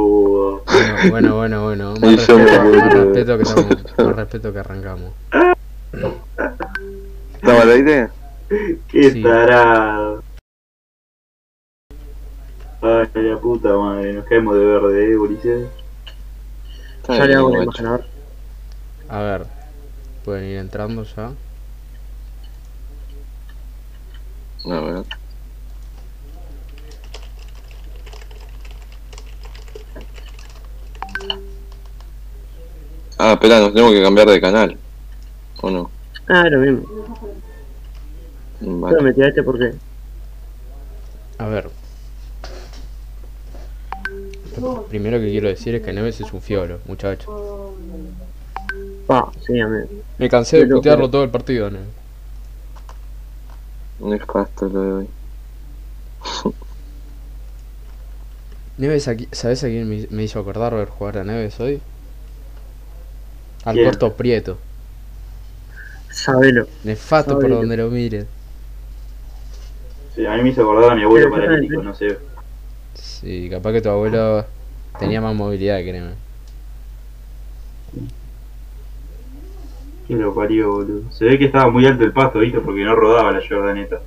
boludo. Bueno, bueno, bueno, bueno. Ahí Más yo me respeto, puedo más creer. respeto que estamos- más respeto que arrancamos. ¿Estamos al aire? Qué Sí. tarado. Ay, la puta madre, nos caemos de verde, eh, Ulises. Está Ya le hago bien, el guacho. imaginador. A ver, pueden ir entrando ya. A ver. Ah, espera, nos tenemos que cambiar de canal. ¿O no? Ah, lo mismo. Pero Vale. me tiraste porque. A ver. Lo primero que quiero decir es que Neves es un fioro, muchacho. Pa, sí, amigo. Me cansé de Pero- putearlo pero- todo el partido, Neves. Nefasto lo de hoy. Neves, aquí, ¿sabes a quién me, me hizo acordar ver jugar a Neves hoy? Al ¿Quién? corto Prieto. Sabelo. Nefasto por Ay, donde lo mires. Sí, a mí me hizo acordar a mi abuelo Pero, ¿qué paralítico, tal? no sé. Sí, capaz que tu abuelo tenía más movilidad, créeme. Qué lo parió, boludo. Se ve que estaba muy alto el pasto, ¿viste? Porque no rodaba la jordaneta.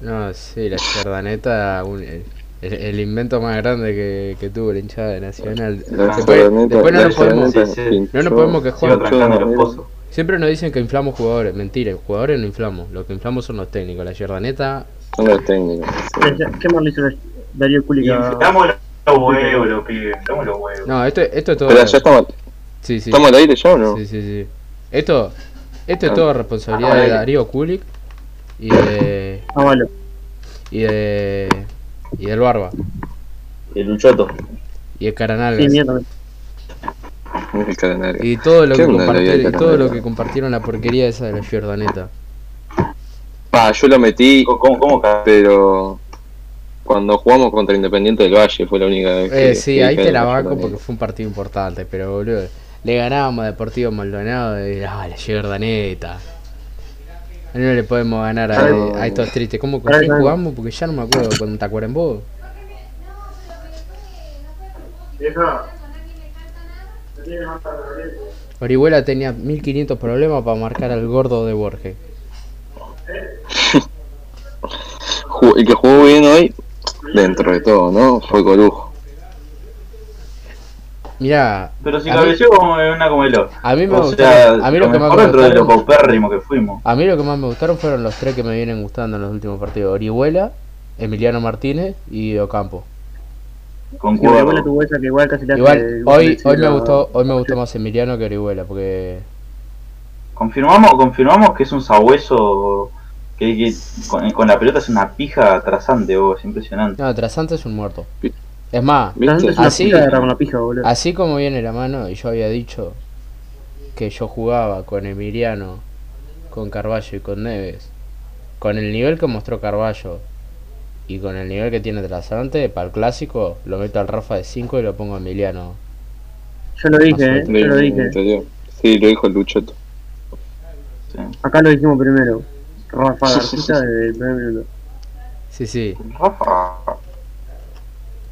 No, sí, la Jordaneta, un- el, el- el invento más grande que, que tuvo la hinchada de Nacional. La Después- Jordaneta- Ah, después no la nos podemos- Jordaneta sí, sí. no nos pinchó- podemos quejar. Se iba trancando los Jordaneta. pozos. Siempre nos dicen que inflamos jugadores, mentira, jugadores no inflamos, lo que inflamos son los técnicos, la Jordaneta, Son los técnicos. ¿Qué qué mal le hizo Darío Y Kulica? inflamos los huevos, los pibes. Inflamos los huevos. no, esto, esto es todo. Espera, ¿ya estamos, Sí, sí. estamos al aire ya o no? Sí, sí, sí. Esto, esto es Ah. todo responsabilidad Ah, de vale. Darío Kulik y de, Avalo. y de y del Barba El Luchoto. y de Caranalgas. Sí, mierda. El calendario. y todo lo ¿Qué que onda la vida de compartieron, y todo Caranalgas? lo que compartieron la porquería esa de la Jordaneta. Pa, yo lo metí, ¿Cómo, cómo, cómo ca- pero cuando jugamos contra Independiente del Valle fue la única vez que. Eh, sí, que ahí te dije, la no, yo banco también. porque fue un partido importante, pero boludo, le ganábamos a Deportivo Maldonado y ah, la Jordaneta. No le podemos ganar a, Ay. a estos tristes. ¿Cómo con Ay, quién ay. jugamos? Porque ya no me acuerdo con Tacuarembó. Orihuela tenía 1500 problemas para marcar al gordo de Borges. Ju- El que jugó bien hoy, dentro de todo, ¿no? Fue Corujo. Mirá, Pero si a mí, cabeceó como una como el otro. a mí me o gustaron- sea, a mí lo que más mejor me dentro de lo gustaron- paupérrimo que fuimos. a mí lo que más me gustaron fueron los tres que me vienen gustando en los últimos partidos. Orihuela, Emiliano Martínez y Ocampo. Y Avalo Concuerdo. tuvo esa que igual casi le hace Igual el gol hoy, de hoy me Silva. gustó, hoy me gustó más Emiliano que Orihuela porque Confirmamos, confirmamos que es un sabueso que, que con, con la pelota es una pija trasante, vos, es impresionante. no, Trasante es un muerto. Es más, ¿Viste? Ah, Antes una Así. pija agarraba una pija, boludo. así como viene la mano y yo había dicho que yo jugaba con Emiliano, con Carballo y con Neves. Con el nivel que mostró Carballo y con el nivel que tiene Trasante para el clásico lo meto al Rafa de 5 y lo pongo a Emiliano. Yo lo dije, eh. Del Yo lo dije. interior. Sí, lo dijo Luchoto. sí. Acá lo dijimos primero. Rafa García desde el primer minuto. Sí, sí, Rafa,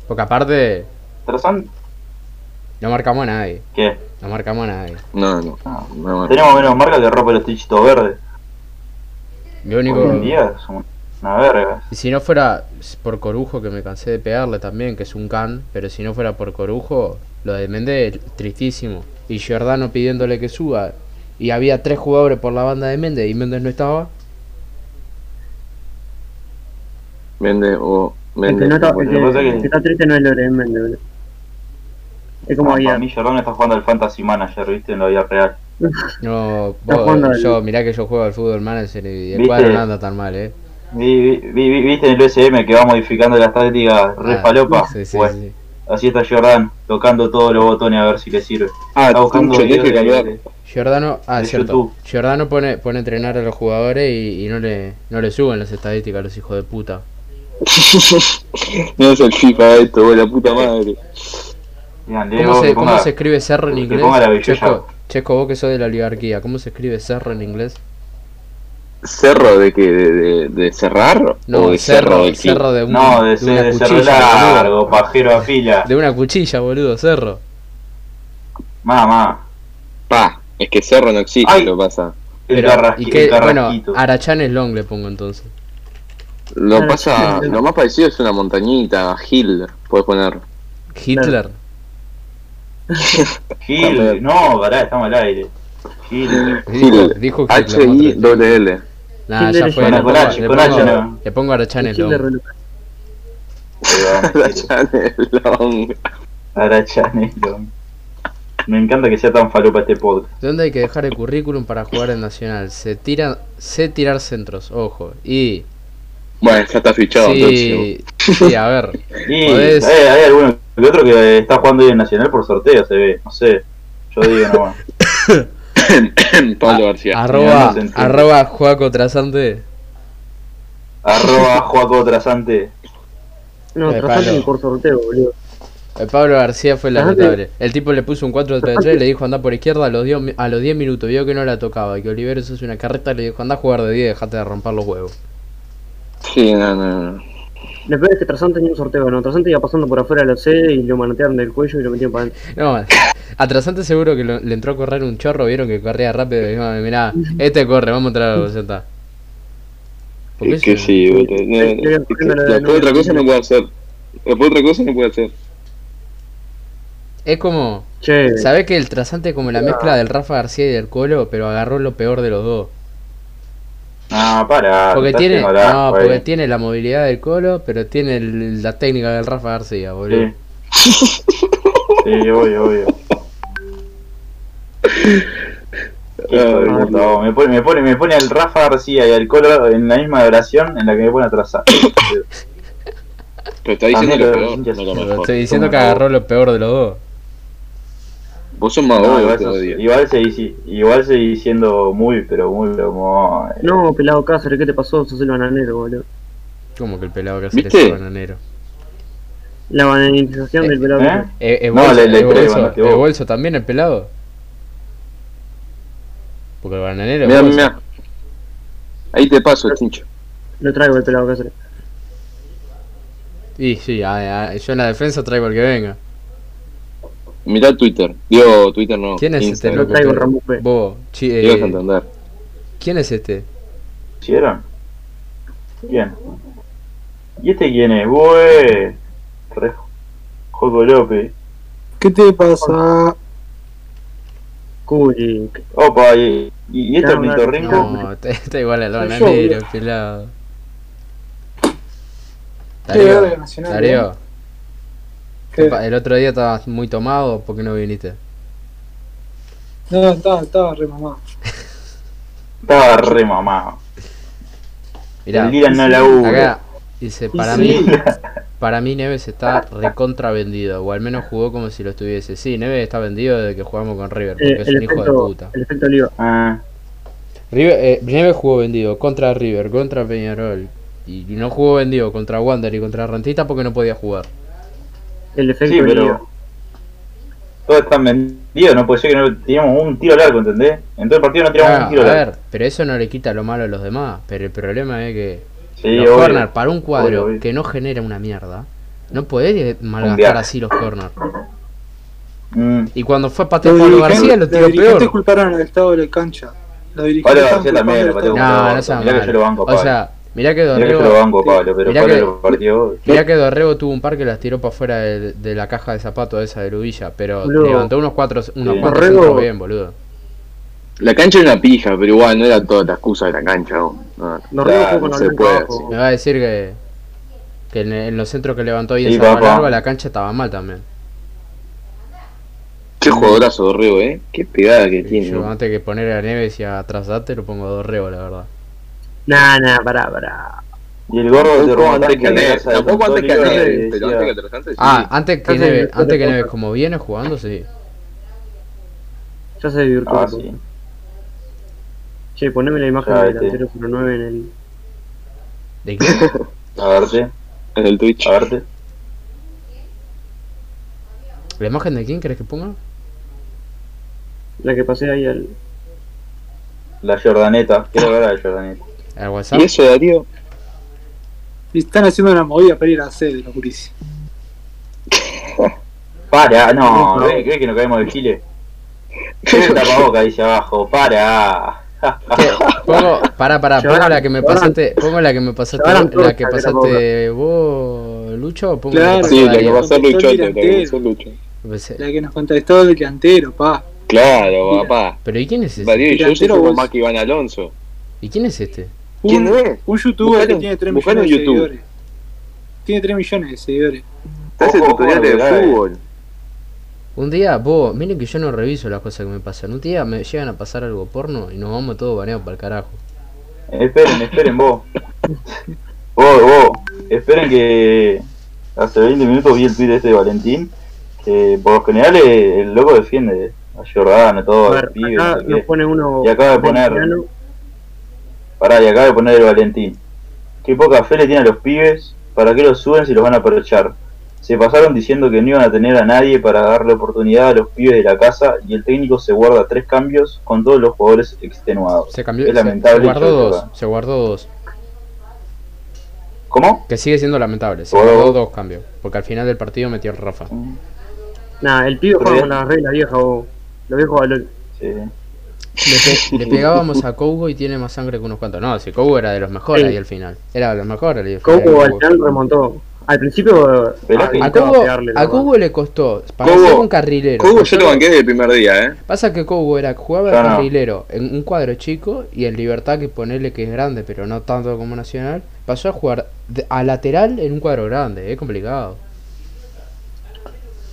porque aparte trasante. no marcamos a nadie, ¿Qué? no marcamos a nadie. No, no. No. no, no. Tenemos menos marca que ropa los tichitos verdes. Lo único Hoy en día son una verga. Y si no fuera por Corujo, que me cansé de pegarle también, que es un can, pero si no fuera por Corujo, lo de Méndez tristísimo. Y Giordano pidiéndole que suba. Y había tres jugadores por la banda de Méndez y Méndez no estaba. Méndez o. El Méndez. que, no está, el bueno, que, lo que pasa es que- el que está triste no es Loren Méndez, boludo. Es como Ah, había. Para mí Jordán está jugando al Fantasy Manager, viste, en la vida real. No, Está vos- jugando el- yo, mirá que yo juego al fútbol manager y el ¿Viste? cuadro no anda tan mal, eh. Vi- vi- vi- viste en el USM que va modificando las tácticas re Ah, falopa. Pues, Sí, sí, Bueno, sí. Así está Jordán, tocando todos los botones a ver si le sirve. Ah, Está buscando Tuncho, tenés videos que de- cambiar. de- Giordano, ah, de cierto. YouTube. Giordano pone, pone a entrenar a los jugadores y, y no le no le suben las estadísticas a los hijos de puta. no es el FIFA esto, güey, la puta madre. Digan, Leo, ¿Cómo, se, Eh, que cómo ponga- se escribe cerro en que inglés? ponga la belleza. Checo, Checo, vos que sos de la oligarquía, ¿cómo se escribe cerro en inglés? cerro de que de, de- de cerrar o No, de cerro, del quinto? cerro de, un- No, de una de, ser de cerro cuchilla, boludo. largo, pajero a fila. De una cuchilla, boludo, cerro. Mamá. Pa, es que cerro no existe, Ay. lo que pasa. El, Pero, carrasqui- ¿y qué? el Bueno, ah, carrasquito. Arachán es long, le pongo entonces. Ah, Lo Claro, pasa, sí, sí. lo más parecido es una montañita, hill, puedes poner. Hitler. Gil, no, pará, estamos al aire. Gil. Dijo, dijo H Hitler. I otra vez. doble L. Nah, Hitler ya es fue. con Le H, pongo, con le H, pongo- no. le pongo Arachán es Hitler long. reluca. La Chanelong. Ahora Chanelo. Me encanta que sea tan falopa este podcast. ¿Dónde hay que dejar el currículum para jugar en Nacional? Se tira, sé tirar centros, ojo. Y. Bueno, ya está fichado entonces. Sí, sí, a ver. Y Podés- eh, hay alguno que otro que está jugando hoy en Nacional por sorteo, se ve. No sé. Yo digo, no, bueno. Ah, Pablo García. Mira, Arroba, no se entiende. arroba Juaco Trasante. Arroba Joaco Trasante. No, Eh, trasante palo. ni por sorteo, boludo. Eh, Pablo García fue Trasante- lamentable. El tipo le puso un 4 3 3 le dijo andá por izquierda a los, 10, mi- a los 10 minutos. Vio que no la tocaba. Que Olivero es una carreta. Le dijo andá a jugar de 10, dejate de romper los huevos. Sí, no, no, no. Lo peor es que Trasante ni un sorteo, no. Trasante iba pasando por afuera de la sede y lo manotearon del cuello y lo metieron para adentro. No, a Trasante seguro que lo- le entró a correr un chorro. Vieron que corría rápido. Y dijo, mirá, este corre, vamos a entrar a la bolseta. ¿Por qué Es que se- sí, boludo. No, Sí, yo voy a poner la- Después la- otra cosa no puede hacer. Después otra cosa no puede hacer. Es como. Che, ¿Sabés que el trasante es como la mezcla del Rafa García y del Colo, pero agarró lo peor de los dos? No, para. Porque estás tiene, Ah, haciendo la- eh. no, güey. porque tiene la movilidad del Colo, pero tiene el- la técnica del Rafa García, boludo. Sí. Sí, obvio, obvio. Hijo de puta, vos. me, pone, me, pone, me pone al Rafa García y al Colo en la misma oración en la que me pone atrasado. Pero está Ah, diciendo no, lo peor, pero ya no lo sé. Pero mejor. estoy diciendo toma, que por favor. agarró lo peor de los dos. Vos sos más No, bobo igual, sos- todavía. igual, seguí, igual seguí siendo muy, pero muy, pero muy- no, pelado Cáceres, ¿qué te pasó? Sos el bananero, boludo. Como que el pelado que hace ¿Viste? el bananero. La bananización del pelado ¿Eh? Cáceres. Eh, eh, No, bolso, le- le eh, creo, bolso, andate eh, vos. bolso también el pelado. Porque el bananero es Mira, bolso. mira. Ahí te paso, Tincho. Lo traigo el pelado Cáceres. Y sí, ah, ah, yo en la defensa traigo el que venga. Mirá Twitter. Digo, Twitter no. ¿Quién es este Instagram. Lo loco? traigo que- Ramón P. Vos, chi- eh, Digo Santander. ¿quién es este? ¿Hicieron? Bien. ¿Y este quién es? Bue. Re- Joco López. ¿Qué te pasa? Curi. Opa, ¿y, y y este No, no, ornitorrinco? No, está, está igual al Soy yo, bananero, boludo. pelado. Qué verga Darío, nacional. ¿eh? Darío, ¿Qué? pa- el otro día estabas muy tomado, ¿por qué no viniste? No, estaba, estaba re mamá. Estaba re mamado. Mirá, el Dylan no la hubo. acá dice, para sí. mí, para mí Neves está recontra vendido, o al menos jugó como si lo estuviese. Sí, Neves está vendido desde que jugamos con River, porque Eh, es el, un hijo de efecto, puta. el efecto oliva. Ah, River, eh, Neves jugó vendido contra River, contra Peñarol, y no jugó vendido contra Wander y contra Rentista porque no podía jugar. El efecto sí, oliva. pero. Todos están vendidos, no puede ser que no teníamos un tiro largo, ¿entendés? En todo el partido no tiramos Claro, un tiro Ah, a largo. ver, pero eso no le quita lo malo a los demás. Pero el problema es que Sí, los obvio. corners para un cuadro Obvio, obvio. que no genera una mierda, no podés malgastar viaje. así los corners. Mm. Y cuando fue patear Pablo dirigen- García lo los tiró dirigentes peor. culparon al estado de la cancha. Los dirigentes Pablo están García culpando también, al lo pateó estado. No, no Mirá sea que malo. yo lo banco, O Pablo. sea, mirá que Mirá que yo Dorrego, lo banco, Pablo, pero mirá Pablo que- lo partió. mirá que Dorrego tuvo un par que las tiró para afuera de, de la caja de zapatos esa de Lubilla, pero Boludo. levantó unos cuatro, unos Sí. cuatro Dorrego- centros bien, boludo. La cancha era una pija, pero igual no era toda la excusa de la cancha. No, no, Los ya, Ríos fue con no la se blanca puede. abajo. así. Me va a decir que, que en, en los centros que levantó hoy Sí, esa papá. larga la cancha estaba mal también. Qué jugadorazo Dorrego, eh. Qué pegada que tiene. Yo ¿no? antes que poner a Neves y a Trasate lo pongo a Dorrego, la verdad. Nah, nah, pará, pará. Y el gordo se Tampoco robó antes que Neves, tampoco antes que Neves, pero antes que Católica. Trasante sí. Ah, antes que Entonces, Neves, después antes de que Neves Copa. como viene jugando, sí. Ya se divirtió. Ah, sí. Che, poneme la imagen Ya, del este. delantero 09 en el. ¿De qué? A verte, en el Twitch. a verte. ¿La imagen de quién querés que ponga? La que pasé ahí al. La Jordaneta, quiero ver a la Jordaneta. ¿El WhatsApp? ¿Y eso, Darío? Y están haciendo una movida para ir a sede, los gurises. Para, no, ¿crees crees que nos caemos de Chile? Tiene el tapaboca, dice abajo, para. Che, Pongo, pará, pará, pongo la que me Llevaron- pasaste, pongo la que me pasaste, llevaron la que trucha, pasaste vos, Lucho, o pongo la Claro. que Sí, pasó la que Darío? Pues, eh, Pensé- pasó Luchote, la que pasó Lucho. Contestó el delantero. La que nos contestó el delantero, pa. Claro, Mira. papá. Pero ¿y quién es ese? Darío y yo Delantero somos vos. más que Iván Alonso. ¿Y quién es este? Un- ¿Quién es? Un youtuber Buscalo- que tiene 3 buscalo millones de en YouTube. seguidores. Tiene 3 millones de seguidores. Te hace Ojo, ojo, tutoriales de cuidado, eh. fútbol. Un día, vos, miren que yo no reviso las cosas que me pasan. Un día me llegan a pasar algo porno y nos vamos todos baneados para el carajo. Esperen, esperen vos. Vos, vos. Esperen que hace 20 minutos vi el tweet este de Valentín. Que por lo general eh, el loco defiende a Jordano, todo, A al ver, pibe, acá no sé nos qué. pone uno. Y acaba de poner- venezolano. Pará, y acaba de poner el Valentín. Qué poca fe le tiene a los pibes. ¿Para qué los suben si los van a aprovechar? Se pasaron diciendo que no iban a tener a nadie para darle oportunidad a los pibes de la casa y el técnico se guarda tres cambios con todos los jugadores extenuados. Se cambió, Es se, lamentable se guardó el hecho de dos, que- se guardó dos. ¿Cómo? Que sigue siendo lamentable, se Guardó guardó dos. dos cambios. Porque al final del partido metió el Rafa. Nah, el pibe juega Pero con las reglas viejas o los viejos valores. Sí. Le, pe- le pegábamos a Kougo y tiene más sangre que unos cuantos. No, si Kougo era de los mejores Sí. ahí al final. Era de los mejores. le- Coco era al Kougo. final remontó. Al principio. Pero ah, que- A intentaba Kougo, pegarle, a la verdad. Kougo le costó. Para Kougo- ser un carrilero. Cubo yo Yo lo no- banqué desde el primer día, ¿eh? Pasa que Kobo era jugaba de Yo no. carrilero en un cuadro chico y en Libertad, que ponele que es grande, pero no tanto como Nacional, pasó a jugar de- a lateral en un cuadro grande. Es complicado.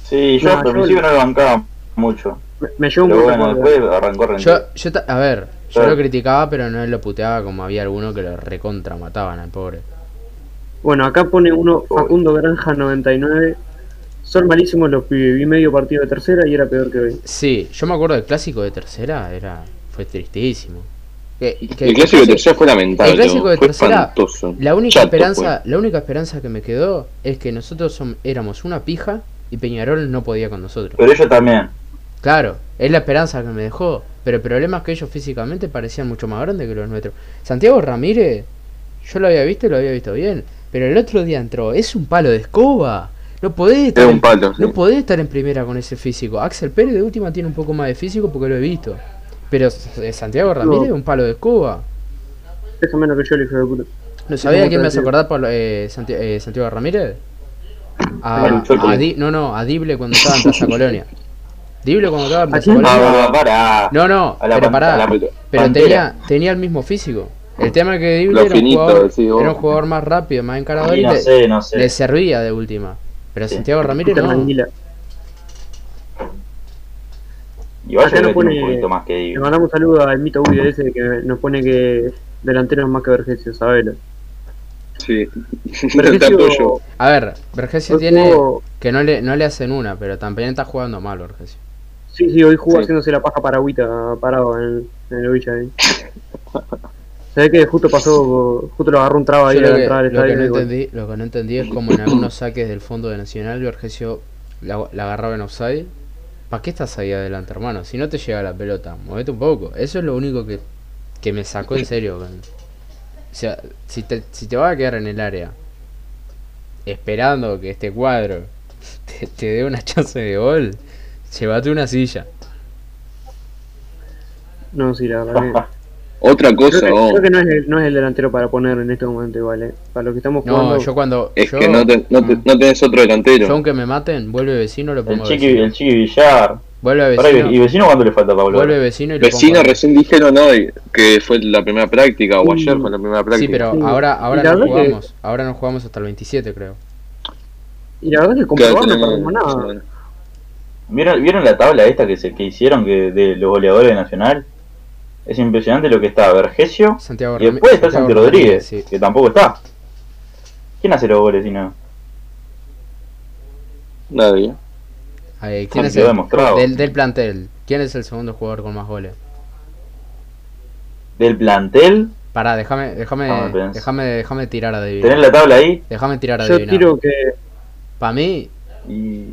Sí, yo No, al yo- principio no lo bancaba mucho. Me, me llevó un Pero buen bueno, recuerdo. después arrancó rendido. Yo, yo ta- a ver, yo Claro. lo criticaba, pero no lo puteaba como había alguno que lo recontra mataban al pobre. Bueno, acá pone uno Facundo Granja 99. Son malísimos los pibes. Vi medio partido de tercera y era peor que hoy. Sí, yo me acuerdo del clásico de tercera, era fue tristísimo. Que- que- El clásico de tercera fue lamentable. el clásico de fue tercera, espantoso. La única Chato pues. esperanza, la única esperanza que me quedó es que nosotros som- éramos una pija y Peñarol no podía con nosotros. Pero ellos también. Claro, es la esperanza que me dejó. Pero el problema es que ellos físicamente parecían mucho más grandes que los nuestros. Santiago Ramírez, yo lo había visto y lo había visto bien. Pero el otro día entró, es un palo de escoba. No podés fue. estar, Era en, un palo. sí. no podés estar en primera con ese físico. Axel Pérez de última tiene un poco más de físico porque lo he visto. Pero S- Santiago Ramírez es un palo de escoba. Eso menos que yo le dije de puta. ¿No sabía como a quién te me hace decía. acordar por eh, Santi- eh, Santiago Ramírez? A, Bueno, yo a creo. Di- no, no, a Dible cuando estaba en Plaza Colonia. Dible cuando estaba en Plaza quién? Ah, Colonia. bueno, pará. No, no, A la pero pan- pará. a la- pero pantera. tenía, tenía el mismo físico. El tema es que Dible Lo era, un finito, jugador, decís vos. era un jugador más rápido, más encarador Y y no le, sé, no le sé. servía de última. Pero Sí. Santiago Ramírez Peter no. Manguila. Igual Acá yo creo no que pone- tiene un poquito más que Le Divi. mandamos un saludo al mito Uy de ese que nos pone que delantero es más que Vergesio, sabelo. Sí. Te Vergesio apoyo. A ver, Vergesio hoy tiene jugó- que no le, no le hacen una, pero también está jugando mal, Vergesio. Sí, sí, hoy jugó Sí. haciéndose la paja paragüita parado en, en el Villa. ahí. Se ve que justo pasó, justo lo agarró un traba ahí Yo a lo la que, entrada del lo que estadio. no y bueno. entendí, lo que no entendí es como en algunos saques del fondo de Nacional Vergesio la, la agarraba en offside. ¿Para qué estás ahí adelante, hermano? Si no te llega la pelota, movete un poco. Eso es lo único que, que me sacó en serio. con- O sea, si te, si te vas a quedar en el área esperando que este cuadro te, te dé una chance de gol, llévate una silla. No, sí, la verdad que... Otra Creo cosa, que, vos. creo que no, es el, no es el delantero para poner en este momento igual, eh. Para lo que estamos No, jugando... yo cuando. Es yo, que no, te- no, te- no tenés otro yo delantero. aunque me maten, vuelve vecino, lo El pongo chiqui, vecino. el chiqui Villar. Vuelve Pará, vecino. ¿Y vecino cuánto le falta, Pablo? Vuelve vecino y lo Vecino, pongo. recién dijeron hoy que fue la primera práctica, o ayer fue la primera Sí, práctica. pero Sí. ahora, Y la ahora no verdad que- jugamos. Ahora no jugamos hasta el 27, creo. Y la verdad es que Claro, comprobar no tenemos- perdemos nada. ¿Vieron, ¿Vieron la tabla esta que se que hicieron que de los goleadores de Nacional? Es impresionante lo que está Vergesio Santiago y Ramí- después está Santiago Santi Rodríguez, sí. que tampoco está. ¿Quién hace los goles si no? Nadie. Ahí, ¿Quién No es quedó el, demostrado. del, del plantel? ¿Quién es el segundo jugador con más goles? Del plantel, Pará, déjame, déjame, Ah, pensé. déjame, déjame tirar a tener adivinar. la tabla ahí Déjame tirar a Yo adivinar. tiro que... Para mí, y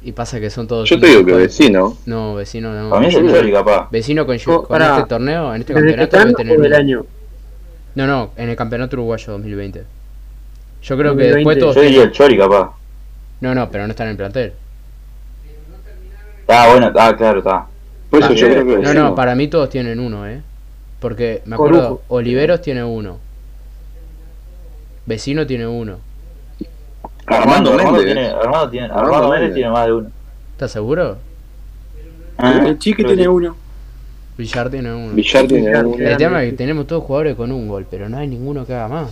y pasa que son todos. Yo te digo que vecino. No, vecino no. para mí es el Vecino- Chori capaz. Vecino con, Co- con pará. este torneo, en este ¿Desde que campeonato, están debe o tener del uno. año? No, no, en el Campeonato Uruguayo 2020. Yo creo que 2020. después todos. Yo diría el Chori, capaz. No, no, pero no están en el plantel. Ah, bueno, ah, claro, está. Por eso Ah, yo bien. creo que eh, No, decimos. no, para mí todos tienen uno, ¿eh? Porque me acuerdo, Corujo. Oliveros tiene uno. Vecino tiene uno. Ah, Armando, Armando Méndez. tiene, Armando tiene, Armando Armando Méndez Méndez. tiene más de uno. Ah, ¿Estás seguro? Ah, El chique creo que tiene uno. Villar tiene uno. Villar tiene Villar, uno. tiene- El tema es que tenemos todos jugadores con un gol, pero no hay ninguno que haga más.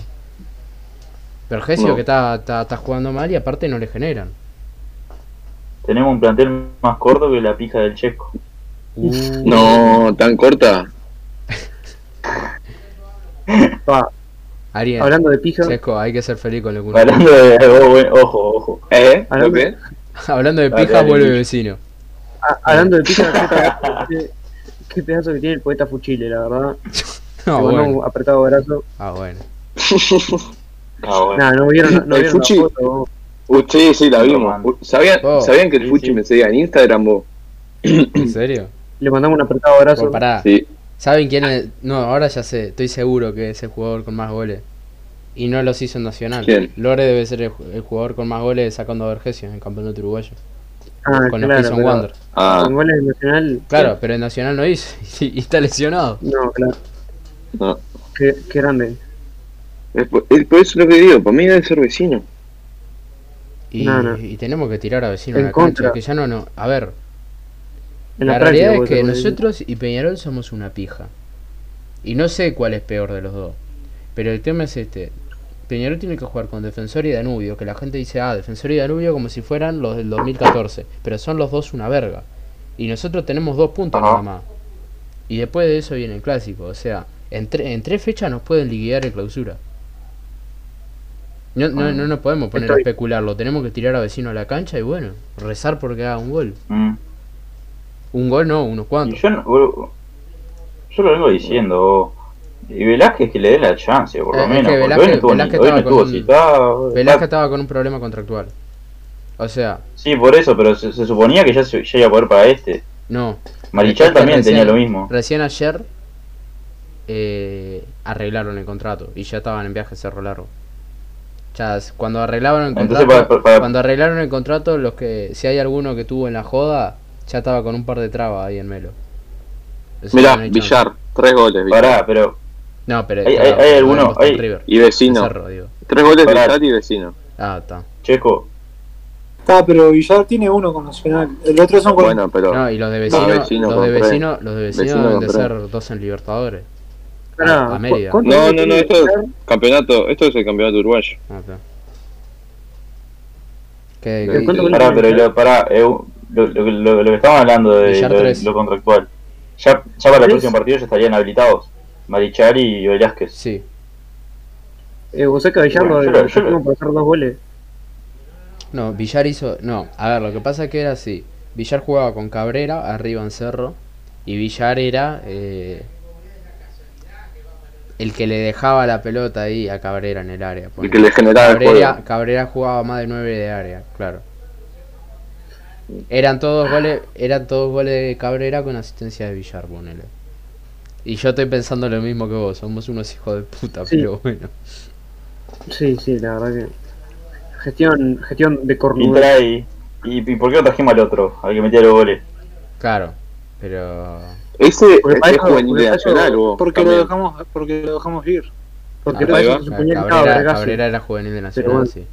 Vergesio No. que está, está, está jugando mal y aparte no le generan. Tenemos un plantel más corto que la pija del Checo. Uh, No, tan corta. Pa, Ariel, hablando de pija, Sesco, hay que ser feliz con lo que uno- Hablando de. oh, bueno, ojo, ojo. ¿Eh? ¿Lo ¿Lo qué? qué? Hablando de Dale, pija, dale, vuelve Guille. vecino. a- hablando de pija, Jota, qué, qué pedazo que tiene el poeta Fuchile, la verdad. No, Se ganó Ah, bueno. un apretado brazo. Ah, bueno. Ah, bueno. Nada, no vieron, no El vieron la Fuchi. foto. vos. Ustedes Uh, sí la vimos. Armando. U- ¿Sabían, Oh. ¿Sabían que el Sí, Fuchi sí. me seguía en Instagram vos? ¿En serio? Le mandamos un apretado abrazo. Bueno, pará. Sí. ¿Saben quién es? No, ahora ya sé, estoy seguro que es el jugador con más goles. Y no los hizo en Nacional. ¿Quién? Lore debe ser el, ju- el jugador con más goles sacando a Vergesio en el campeonato uruguayo. Ah, con el claro, Prison pero Wander. Ah, Con goles de Nacional. eh, Claro, pero en Nacional no hizo y, y está lesionado. No, claro. no. Qué, qué grande. Es por, es por eso lo que digo, para mí debe ser vecino. Y, No, no. y tenemos que tirar a vecino En a la cancha, contra. que ya no, no. A ver, En la, la, realidad práctica, es que vos decís. nosotros y Peñarol somos una pija. Y no sé cuál es peor de los dos. Pero el tema es este. Peñarol tiene que jugar con Defensor y Danubio, que la gente dice, ah, Defensor y Danubio como si fueran los del 2014. Pero son los dos una verga. Y nosotros tenemos dos puntos Ajá. nada más. Y después de eso viene el clásico. O sea, en, tre- en tres fechas nos pueden liquidar el clausura. No, no, no nos podemos poner a Estoy- especularlo. Tenemos que tirar a vecino a la cancha y bueno, rezar porque haga un gol. Mm. Un gol no, unos Y cuantos. yo, no- boludo, yo lo vengo diciendo. vos. Y Velázquez que le dé la chance, por lo Eh, es menos. que porque Velázquez- hoy no estuvo, ni- Velázquez hoy no estaba con estuvo un- citado. Velázquez está- estaba con un problema contractual. O sea, Ah, Sí, por eso, pero se, se suponía que ya, se, ya iba a poder para este. no. Marichal Es que también tenía Este recién- lo mismo. Recién ayer eh, arreglaron el contrato y ya estaban en viaje a Cerro Largo. Ya, s- cuando arreglaron el contrato, Entonces, para- para- cuando arreglaron el contrato, los que si hay alguno que tuvo en la joda, ya estaba con un par de trabas ahí en Melo. Eso Mirá, no hay chance. Villar, tres goles, Villar. Pará, pero. No, pero Hay- hay- pará, hay no, alguno- está en hay- River, Y en vecino. Cerro, digo. Tres goles Pará. Villar y vecino. Ah, está. Checo, Está, pero Villar tiene uno con Nacional. El otro son con. Bueno, pero No, y los de vecino, vecino los de compré. vecino, los de vecino Vecino deben de compré. ser dos en Libertadores. Pará, a- a Mérida. ¿cu- cuántos No, goles no, no, tiene esto Villar? es campeonato, esto es el campeonato uruguayo. Ah, está. Que- ¿De que- cuánto pará, pero lo, pará, eh, lo, lo- lo- lo que estamos hablando de Villar lo, tres. lo contractual. Ya, ya para el Tres. próximo partido ya estarían habilitados. Marichal y Velázquez. sí. Eh, vos sabés que a Villar lo Yo lo lo- yo lo- dejaron pasar dos goles. No, Villar hizo. No, a ver, lo que pasa es que era así. Villar jugaba con Cabrera arriba en Cerro. Y Villar era. eh, el que le dejaba la pelota ahí a Cabrera en el área. El ponele. que le generaba el Cabrera, juego. Cabrera jugaba más de 9 de área, claro. Eran todos goles, eran todos goles de Cabrera con asistencia de Villar, ponele. Y yo estoy pensando lo mismo que vos, somos unos hijos de puta, Sí. pero bueno. Sí, sí, la verdad que. Gestión, gestión de Y cornudo. trae. ¿Y, y por qué no trajimos al otro? Al que metía los goles. Claro, pero Ese Porque es Pacho- juvenil de porque Pacho- Nacional, vos. Porque lo, también. dejamos, porque lo dejamos ir. Porque Ah, era ahí eso va. que se suponía que estaba Cabrera, Vergasio. Cabrera era juvenil de Nacional, bueno. sí.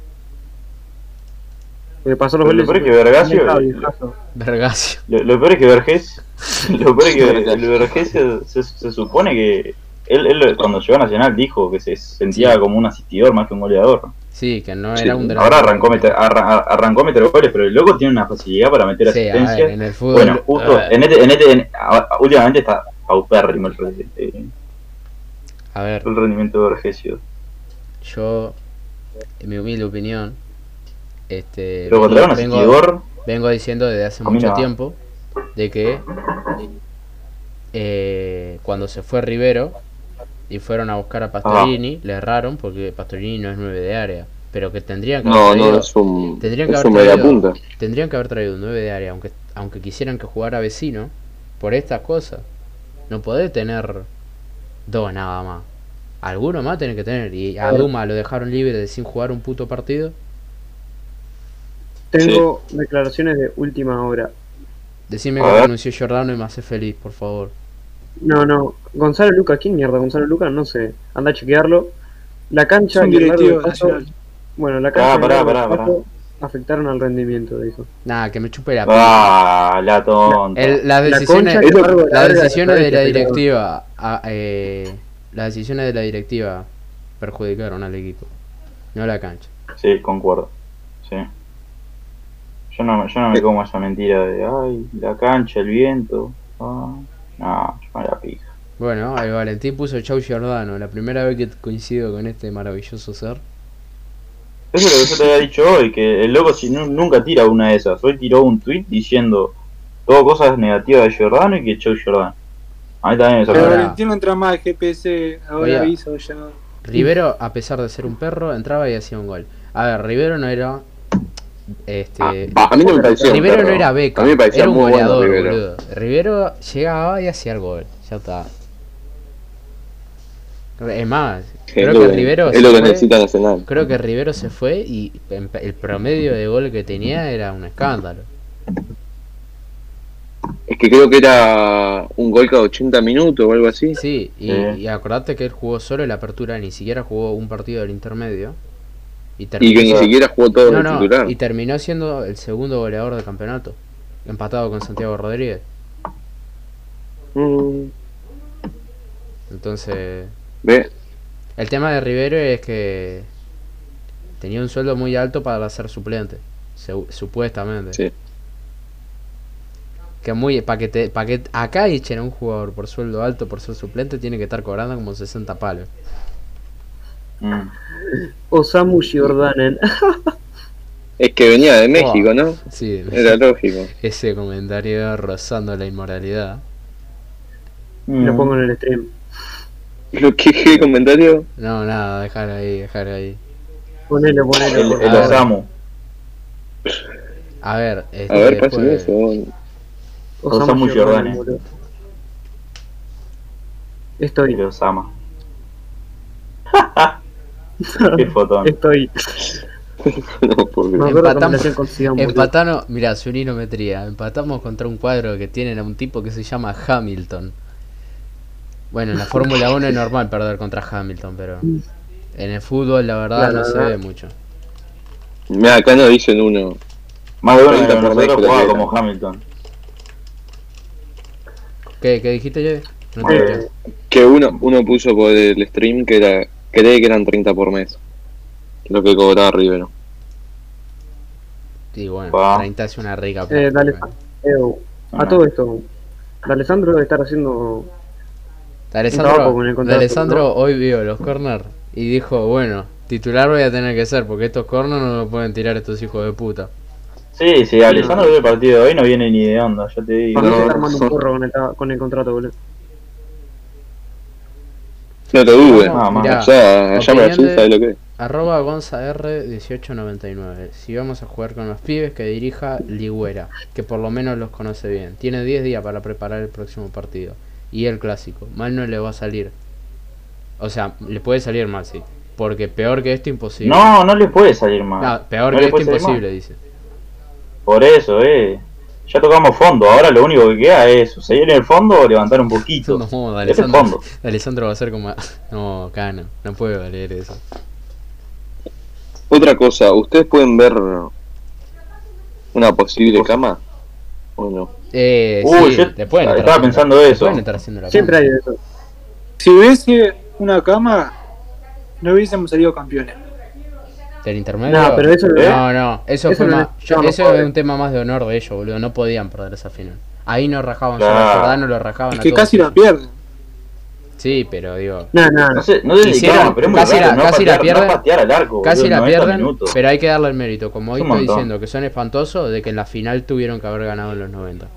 Porque pasó los goles. Pero Lo peor es y- que Vergasio. y- y- viejazo. Vergasio. Lo, lo peor es que Vergés, lo peor es que el Vergés se, se- se supone que él, él cuando llegó a Nacional dijo que se sentía Sí. como un asistidor más que un goleador. Sí, que no Sí, era un Ahora arrancó a meter, arra- arrancó a meter goles, pero el loco tiene una facilidad para meter Sí, a ver, asistencias. en el fútbol. Bueno, justo a ver, en este, en este, en- a- últimamente está paupérrimo el, re- eh, a ver, el rendimiento de Vergesio. yo, en mi humilde opinión, este Lo contrataron un vengo- asistidor, vengo diciendo desde hace Comina. mucho tiempo de que eh, cuando se fue Rivero y fueron a buscar a Pastorini, le erraron porque Pastorini no es 9 de área, pero que tendrían que No, haber traído, no, es un. Tendrían que Es haber un media traído- punta. tendrían que haber traído un 9 de área, aunque aunque quisieran que jugara vecino por estas cosas. No podés tener dos nada más. Alguno más tiene que tener. Y a Duma lo dejaron libre de sin jugar un puto partido. Tengo declaraciones de última hora. Decime A que ver. renunció Giordano y me hace feliz, por favor. No, no. Gonzalo Luca, ¿quién mierda? Gonzalo Luca, no sé. Anda a chequearlo. La Es cancha un y el largo directivo del pasto- nacional. Bueno, la cancha Ah, y el pará, largo del pará, pará. pasto afectaron al rendimiento, dijo. Nada, que me chupe la pija. Ah, la tonta. El- las La decisiones, concha que Esto- largo de la las verga decisiones de Ferrari la que afectaron. directiva. ah, eh, las decisiones de la directiva perjudicaron al equipo. No la cancha. Sí, concuerdo. Sí. Yo no, yo no me como esa mentira de, ay, la cancha, el viento. ah". No, yo me la pija. Bueno, el Valentín puso Chau Giordano. La primera vez que coincido con este maravilloso ser. Eso es lo que yo te había dicho hoy, que el loco si nu- nunca tira una de esas. Hoy tiró un tweet diciendo todo cosas negativas de Giordano y que Chau Giordano. A mí también me Pero sacó. Ahora- Valentino entra más GPS, ahora Oiga. aviso ya. Rivero, a pesar de ser un perro, entraba y hacía un gol. A ver, Rivero no era. Este. Ah, a mí no me parecía. un Rivero no perro. era beca. A mí me parecía Era un muy bueno goleador, Rivero. boludo. Rivero llegaba y hacía el gol. Ya está. Es más, Es creo lo que que, Rivero. es lo se que fue- necesita Nacional. Creo que Rivero se fue y en- el promedio de gol que tenía era un escándalo. Es que creo que era un gol cada 80 minutos o algo así. Sí, y, Sí. y acordate que él jugó solo en la apertura, ni siquiera jugó un partido del intermedio. Y Y terminó, que ni siquiera jugó todo no, el no, titular. y terminó siendo el segundo goleador del campeonato, empatado con Santiago Rodríguez. Mm, Entonces, Ve, el tema de Rivero es que tenía un sueldo muy alto para ser suplente, seu- supuestamente. Sí. Que muy, para que, te, pa' que acá echen a un jugador por sueldo alto, por ser suplente, tiene que estar cobrando como 60 palos. Mm. Osamu Giordanen. es que venía de México, Buah. ¿no? Sí, Era lógico. ese comentario rozando la inmoralidad. Mm. Lo pongo en el stream. Lo que el comentario. No, nada, dejar ahí, dejar ahí. Ponelo, El, ponelo. el Ah. Osamu. A ver, este, A ver, después- pasen eso. bueno. Osamu Giordanen. boludo. Estoy, El Osama. Qué fotón. estoy. No, porque. Me acuerdo Empatamos. cuando la con Zidane, boludo. Empatano, mira, su uninometría. Empatamos contra un cuadro que tienen a un tipo que se llama Hamilton. Bueno, en la Fórmula 1 es normal perder contra Hamilton, pero en el fútbol la verdad La no se verdad. ve mucho. Mirá, acá nos dicen uno. Más de uno de Treinta por nosotros mezcla jugaba que era. como Hamilton. ¿Qué, qué dijiste, Jay? No te Eh, escuché. Que uno, uno puso por el stream que era. Cree que eran 30 por mes. Lo que cobraba Rivero. Y bueno, pa. 30 es una rica. plata, Eh, dale. bueno. Ew. A Ajá. todo esto, Alessandro debe estar haciendo. De Alessandro, trabajo con el contrato, de Alessandro hoy vio los corners y dijo, bueno, titular voy a tener que ser porque estos corners no lo pueden tirar estos hijos de puta. Sí, sí, Alessandro vio el partido de hoy, no viene ni de onda, yo te digo. Para mí se no, está armando son- un porro con el, tra- con el contrato, boludo. No te dudes. No, Ah, más mirá, allá, allá opinión Brasil de- sabe lo que es. Arroba GonzaR1899. Si vamos a jugar con los pibes, que dirija Ligüera, que por lo menos los conoce bien. Tiene 10 días para preparar el próximo partido. Y el clásico. Mal no le va a salir. O sea, le puede salir mal, sí. Porque peor que esto, imposible. No, no le puede salir mal. No, peor No que le esto, puede salir imposible, dice. mal. Por eso, eh. Ya tocamos fondo, ahora lo único que queda es seguir en el fondo o levantar un poquito. No, Ese es Alessandro, fondo. Alessandro va a ser como... No, Cano, no puedo leer eso. Otra cosa, ¿ustedes pueden ver una posible cama? ¿O no? Eh, Uy, sí, yo le pueden estaba estar haciendo- pensando le eso. pueden estar haciendo la Siempre cama. hay de eso. Si hubiese una cama, no hubiésemos salido campeones. ¿Del intermedio? No, pero eso lo- ¿Eh? No, no, eso, eso fue lo- más. yo- no, no eso puede. es un tema más de honor de ellos, boludo. No podían perder esa final. Ahí no rajaban solo a Claro. Giordano, lo rajaban Es a que todos casi la ellos. pierden. Sí, pero digo. Nah, nah. No sé, no sé si Hicieron- claro, pero es muy casi la- raro, no casi la patear- pierden. no patear al arco, Casi boludo, la 90 pierden, minutos. pero hay que darle el mérito. Como hoy Es un estoy montón. diciendo que son espantosos, de que en la final tuvieron que haber ganado en los 90.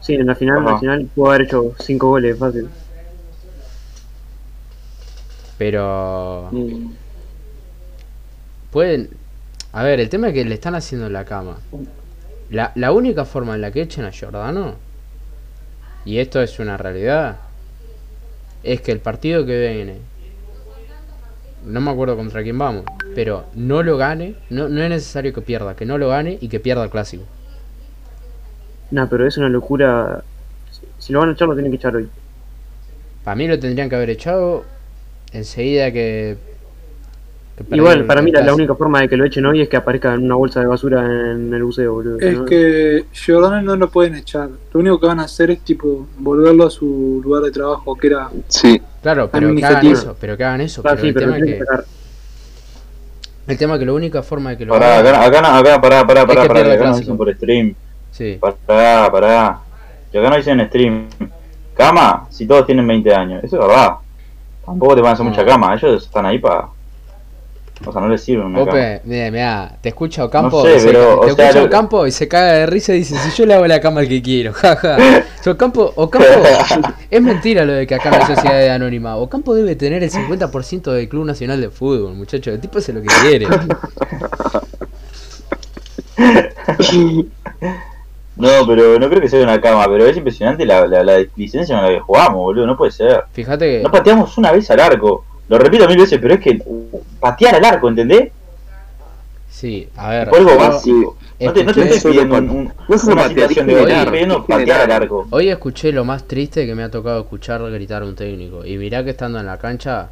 Sí, en la final, Ajá. Nacional pudo haber hecho 5 goles, fácil. Pero. Mm. Pueden. A ver, el tema es que le están haciendo la cama. La, la única forma en la que echen a Giordano, y esto es una realidad, es que el partido que viene no me acuerdo contra quién vamos, pero no lo gane, no, no es necesario que pierda, que no lo gane y que pierda el clásico. Nah, pero es una locura. Si- Si lo van a echar, lo tienen que echar hoy. Para mí lo tendrían que haber echado enseguida que. que Igual, perdieron para el mí la, la clásico. única forma de que lo echen hoy es que aparezca en una bolsa de basura en el buceo, boludo. Es ¿no? que Giordano no lo pueden echar. Lo único que van a hacer es tipo volverlo a su lugar de trabajo, que era Sí, Claro, pero que hagan administrativa. eso, pero que hagan eso. Ah, pero sí, el, pero lo tema es tienen que que, sacar. el tema es que la única forma de que lo Pará, hagan. acá, acá, acá, pará, pará, Es que pará, pará, pierde acá nos clásico. dicen por stream. Sí. Pará, pará. Y acá no dicen stream. Cama, si todos tienen 20 años, eso es verdad. Tampoco te van a hacer No. mucha cama, ellos están ahí para. O sea, no les sirve una cama. Pope, mira, mira, te escucha Ocampo, No sé, y se- pero, o te sea, escucha lo- Ocampo y se caga de risa y dice, si yo le hago la cama al que quiero, jaja. O sea, Ocampo, Ocampo, es mentira lo de que acá no hay sociedad de anónima. Ocampo debe tener el 50% del Club Nacional de Fútbol, muchacho, el tipo hace lo que quiere. No, pero no creo que sea una cama, pero es impresionante la, la, la licencia con la que jugamos, boludo, no puede ser. Fíjate que... No pateamos una vez al arco. Lo repito mil veces, pero es que uh, patear al arco, ¿entendés? Sí, a ver. Fue algo yo básico. No te, no te escuché- estoy pidiendo un, un- No solo una patear, situación de es gol, te generar, estoy pidiendo es patear generar. al arco. Hoy escuché lo más triste que me ha tocado escuchar gritar a un técnico. Y mirá que estando en la cancha,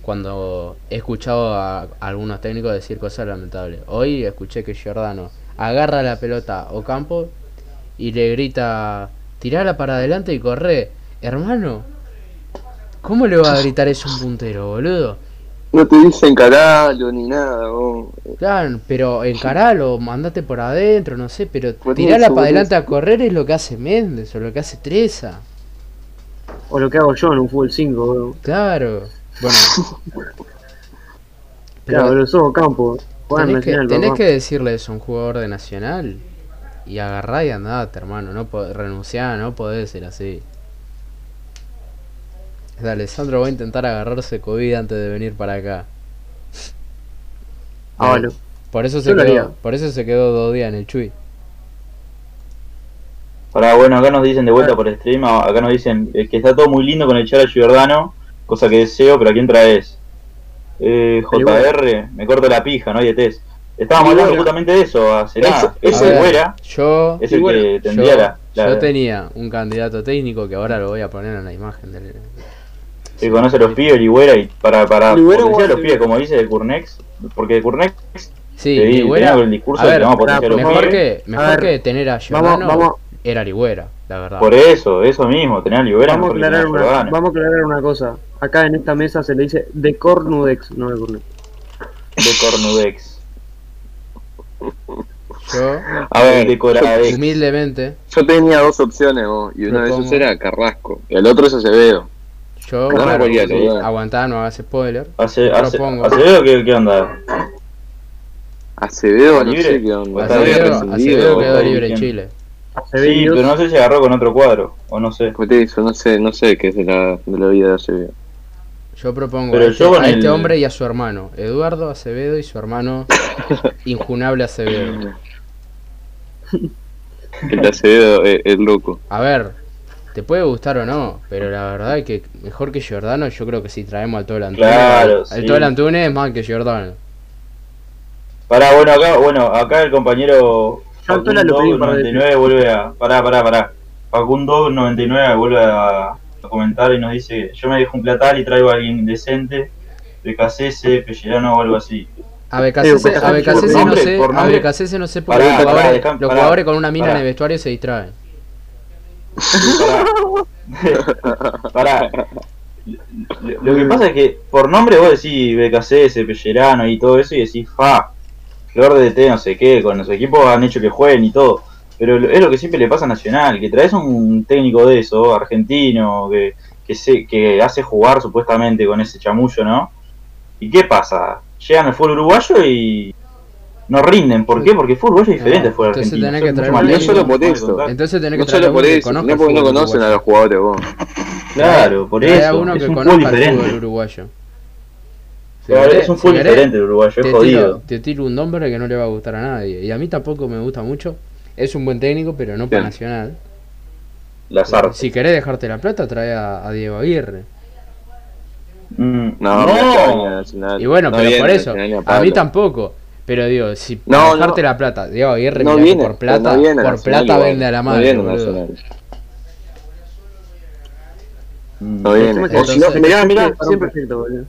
cuando he escuchado a algunos técnicos decir cosas lamentables. Hoy escuché que Giordano agarra la pelota a Ocampo y le grita, tirala para adelante y corre. Hermano, ¿cómo le va a gritar eso a un puntero, boludo? no te dicen caralo ni nada, vos. Claro, pero encaralo, mandate por adentro, no sé, pero Por tirala eso, para por adelante eso. a correr es lo que hace Méndez o lo que hace Treza. O lo que hago yo en un fútbol 5, boludo. Claro. Bueno. Pero Claro, pero sos campo. Juegan tenés, que, Nacional, tenés papá. que decirle eso a un jugador de Nacional y agarrá y andate, hermano. No po- renunciá, no podés ser así. Dale, Sandro va a intentar agarrarse COVID antes de venir para acá. Ah, bueno. Por eso Yo se lo quedó, haría. por eso se quedó dos días en el Chuy. Pará, bueno, acá nos dicen de vuelta por stream, a- acá nos dicen eh, que está todo muy lindo con echar a Giordano, cosa que deseo, pero ¿a quién traes? Eh, JR, me corto la pija, no hay test. Estábamos hablando Figura. justamente de eso, a Será, Eso- ese A ver, fuera, Yo, es el Figura. que yo, tendría la, la- yo tenía un candidato técnico que ahora lo voy a poner en la imagen del. que conoce a los pibes, Ligüera, y para, para Ligüera potenciar a los o- pibes, como dice el Curnex, porque Curnex Sí, te di- Ligüera- tenía el discurso a de ver, que vamos a pará, potenciar a los Mejor pibes. que, A mejor ver, que tener a Vamos, Giordano vamos, era Ligüera, la verdad. Por eso, eso mismo, tenía a Ligüera vamos, a mejor que tenía aclarar a una, Giordano. vamos a aclarar una cosa. Acá en esta mesa se le dice de cornudex, no de cornudex. de Cornudex. Yo, A ver, de Coradex. humildemente, Eh, Yo tenía dos opciones, vos, y una de Propongo. esas era Carrasco, y el otro es Acevedo. yo, Claro, bueno, cualquiera, sí, cualquiera. aguantá, no hagas spoiler. Hace, hace, Propongo. Acevedo, ¿qué, qué onda? Acevedo, no Libre. sé qué onda. Ah, Está bien Acevedo, rescindido, Acevedo vos quedó estás libre en diciendo. Chile. Acevedo Sí, pero no sé si agarró con otro cuadro, o no sé. Por eso, no sé, no sé qué es de la, de la vida de Acevedo. Yo propongo Pero a este, yo con a este el- hombre y a su hermano, Eduardo Acevedo y su hermano Injunable Acevedo. El de Acevedo es, es loco. A ver, te puede gustar o no, pero la verdad es que mejor que Giordano, yo creo que si traemos al Tol Antunes, Claro, el sí. Tol Antunes es más que Giordano. Pará, bueno, acá, bueno, acá el compañero Yo al Tola lo pedí un par de 99 vuelve a. Pará, pará, pará. Facundo 99 vuelve a, a comentar y nos dice: Yo me dejo un platal y traigo a alguien decente, de Cacese, Pellerano o algo así. A BKCC, Pero, a BKCC no nombre, sé, por a nombre. BKCC no sé por qué Pará, los pará, jugadores, dejá- los pará, jugadores con una mina en pará. el vestuario se distraen. Pará. pará. Lo- Lo que pasa es que por nombre vos decís BKCS, Pellerano y todo eso y decís Fa, Flor de T, no sé qué, con los equipos han hecho que jueguen y todo. Pero lo- es lo que siempre le pasa a Nacional, que traes un técnico de eso, argentino, que, que, se, que hace jugar supuestamente con ese chamullo, ¿no? ¿Y qué pasa? Llegan al fútbol uruguayo y no rinden. ¿Por qué? Porque el fútbol uruguayo es diferente al fútbol Ah, Entonces argentino. tenés que Son mucho traer más un lentos, técnico. mucho más de No contacto. Entonces tenés que No traer a solo uno por que eso, conozca no el porque no fútbol conocen a uruguayo. los jugadores, vos. Claro, por Trae a eso. uno Es que un conozca fútbol el diferente. fútbol uruguayo. Si Claro, querés- es un si full querés, diferente el uruguayo, es te tiro, jodido. te tiro un nombre que no le va a gustar a nadie. Y a mí tampoco me gusta mucho. Es un buen técnico, pero no para Bien. Nacional. Las artes. Si querés dejarte la plata, trae a, a Diego Aguirre. Mm, No, no. Y bueno, Ah, No pero viene por eso, Nacional ni a a mí palo. tampoco. Pero digo, si No, para no. dejarte la plata, Diego Aguirre, No mirá que viene, por plata, no viene por Nacional plata igual, vende a la No madre. viene boludo. Nacional. Mm, No viene. Encima que O si no, entonces- mirá, mirá, Para un siempre. proyecto, boludo.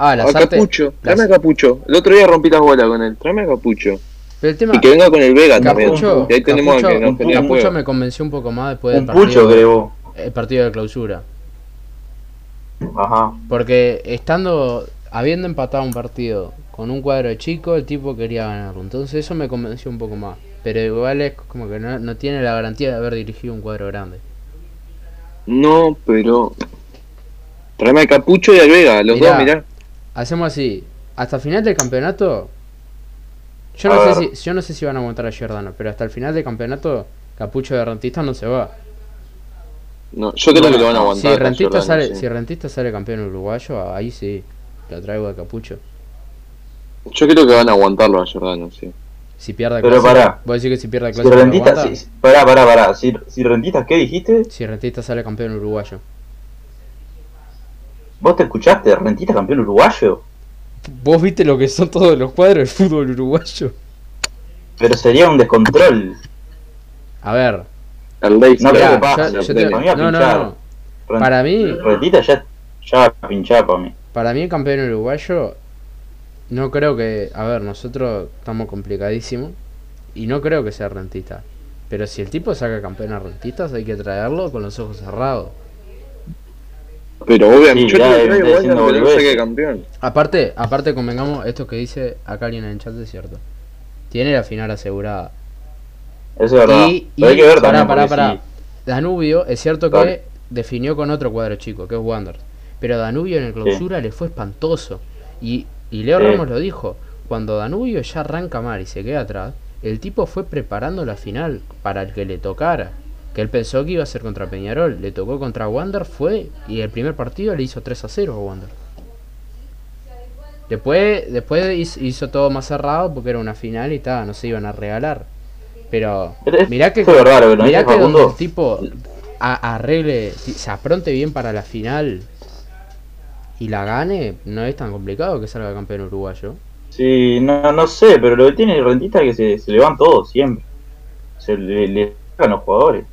Ah, la A Sarte. Capucho, la- tráeme a Capucho. El otro día rompí las bolas con él, tráeme a Capucho. Pero el tema, Y que venga con el Vega también. Capucho, Y ahí tenemos a que Capucho- nos genera Capucho juego. me convenció un poco más después del Un partido, pucho, creo. el partido de clausura. Ajá. Porque estando, habiendo empatado un partido con un cuadro de chico, el tipo quería ganarlo. Entonces eso me convenció un poco más. Pero igual es como que no, no tiene la garantía de haber dirigido un cuadro grande. No, pero. Tráeme a Capucho y al Vega, los Mirá. dos, mirá. Hacemos así, hasta final del campeonato, yo no, A sé ver. si, yo no sé si van a montar a Giordano, pero hasta el final del campeonato, Capucho de Rentista no se va. No, yo creo que lo van a aguantar. Si a Rentista, Giordano, sale, sí. si Rentista sale campeón uruguayo, ahí sí, lo traigo de Capucho. Yo creo que van a aguantarlo a Giordano, sí. Si pierde Pero Clásico- pará. ¿Vos decís que si pierde Si Clásico lo rentistas, aguanta? si- pará, pará, pará. Si, si rentistas, ¿qué dijiste? Si Rentista sale campeón uruguayo. ¿Vos te escuchaste? ¿Rentistas campeón uruguayo? ¿Vos viste lo que son todos los cuadros del fútbol uruguayo? Pero sería un descontrol. A ver, Al Leipzig. No, mirá, pero pasa, yo- yo pero te- para mí va a no, no, pinchar. no. Ren- Para mí, Rentistas ya, ya va a pinchar para mí. Para mí el campeón uruguayo no creo que, a ver, nosotros estamos complicadísimos y no creo que sea rentista. Pero si el tipo saca campeón a rentistas hay que traerlo con los ojos cerrados. Pero obviamente, yo Sí, ya creo que deben lo igual, estar pero diciendo no saque boludeces. campeón. Aparte, aparte convengamos esto que dice acá alguien en el chat es cierto. Tiene la final asegurada. Eso es verdad. Y, y Pero hay que ver pará, también. pará, porque pará. si- Danubio es cierto que Dale. definió con otro cuadro chico, que es Wanderers. Pero Danubio en el clausura le fue espantoso. Y, y Leo Sí. Ramos lo dijo, cuando Danubio ya arranca mal y se queda atrás, el tipo fue preparando la final para el que le tocara. Que él pensó que iba a ser contra Peñarol, le tocó contra Wander, fue y el primer partido le hizo 3 a 0 a Wander. Después, después hiz- hizo todo más cerrado porque era una final y ta, no se iban a regalar. Pero Es- mirá que, fue verdad este lo que nos mirá dijo que Facundo. donde el tipo a- arregle, si se apronte bien para la final y la gane, no es tan complicado que salga campeón uruguayo. Sí, no, no sé, pero lo que tiene el rentista es que se, se le van todos siempre. Se le, le sacan los jugadores.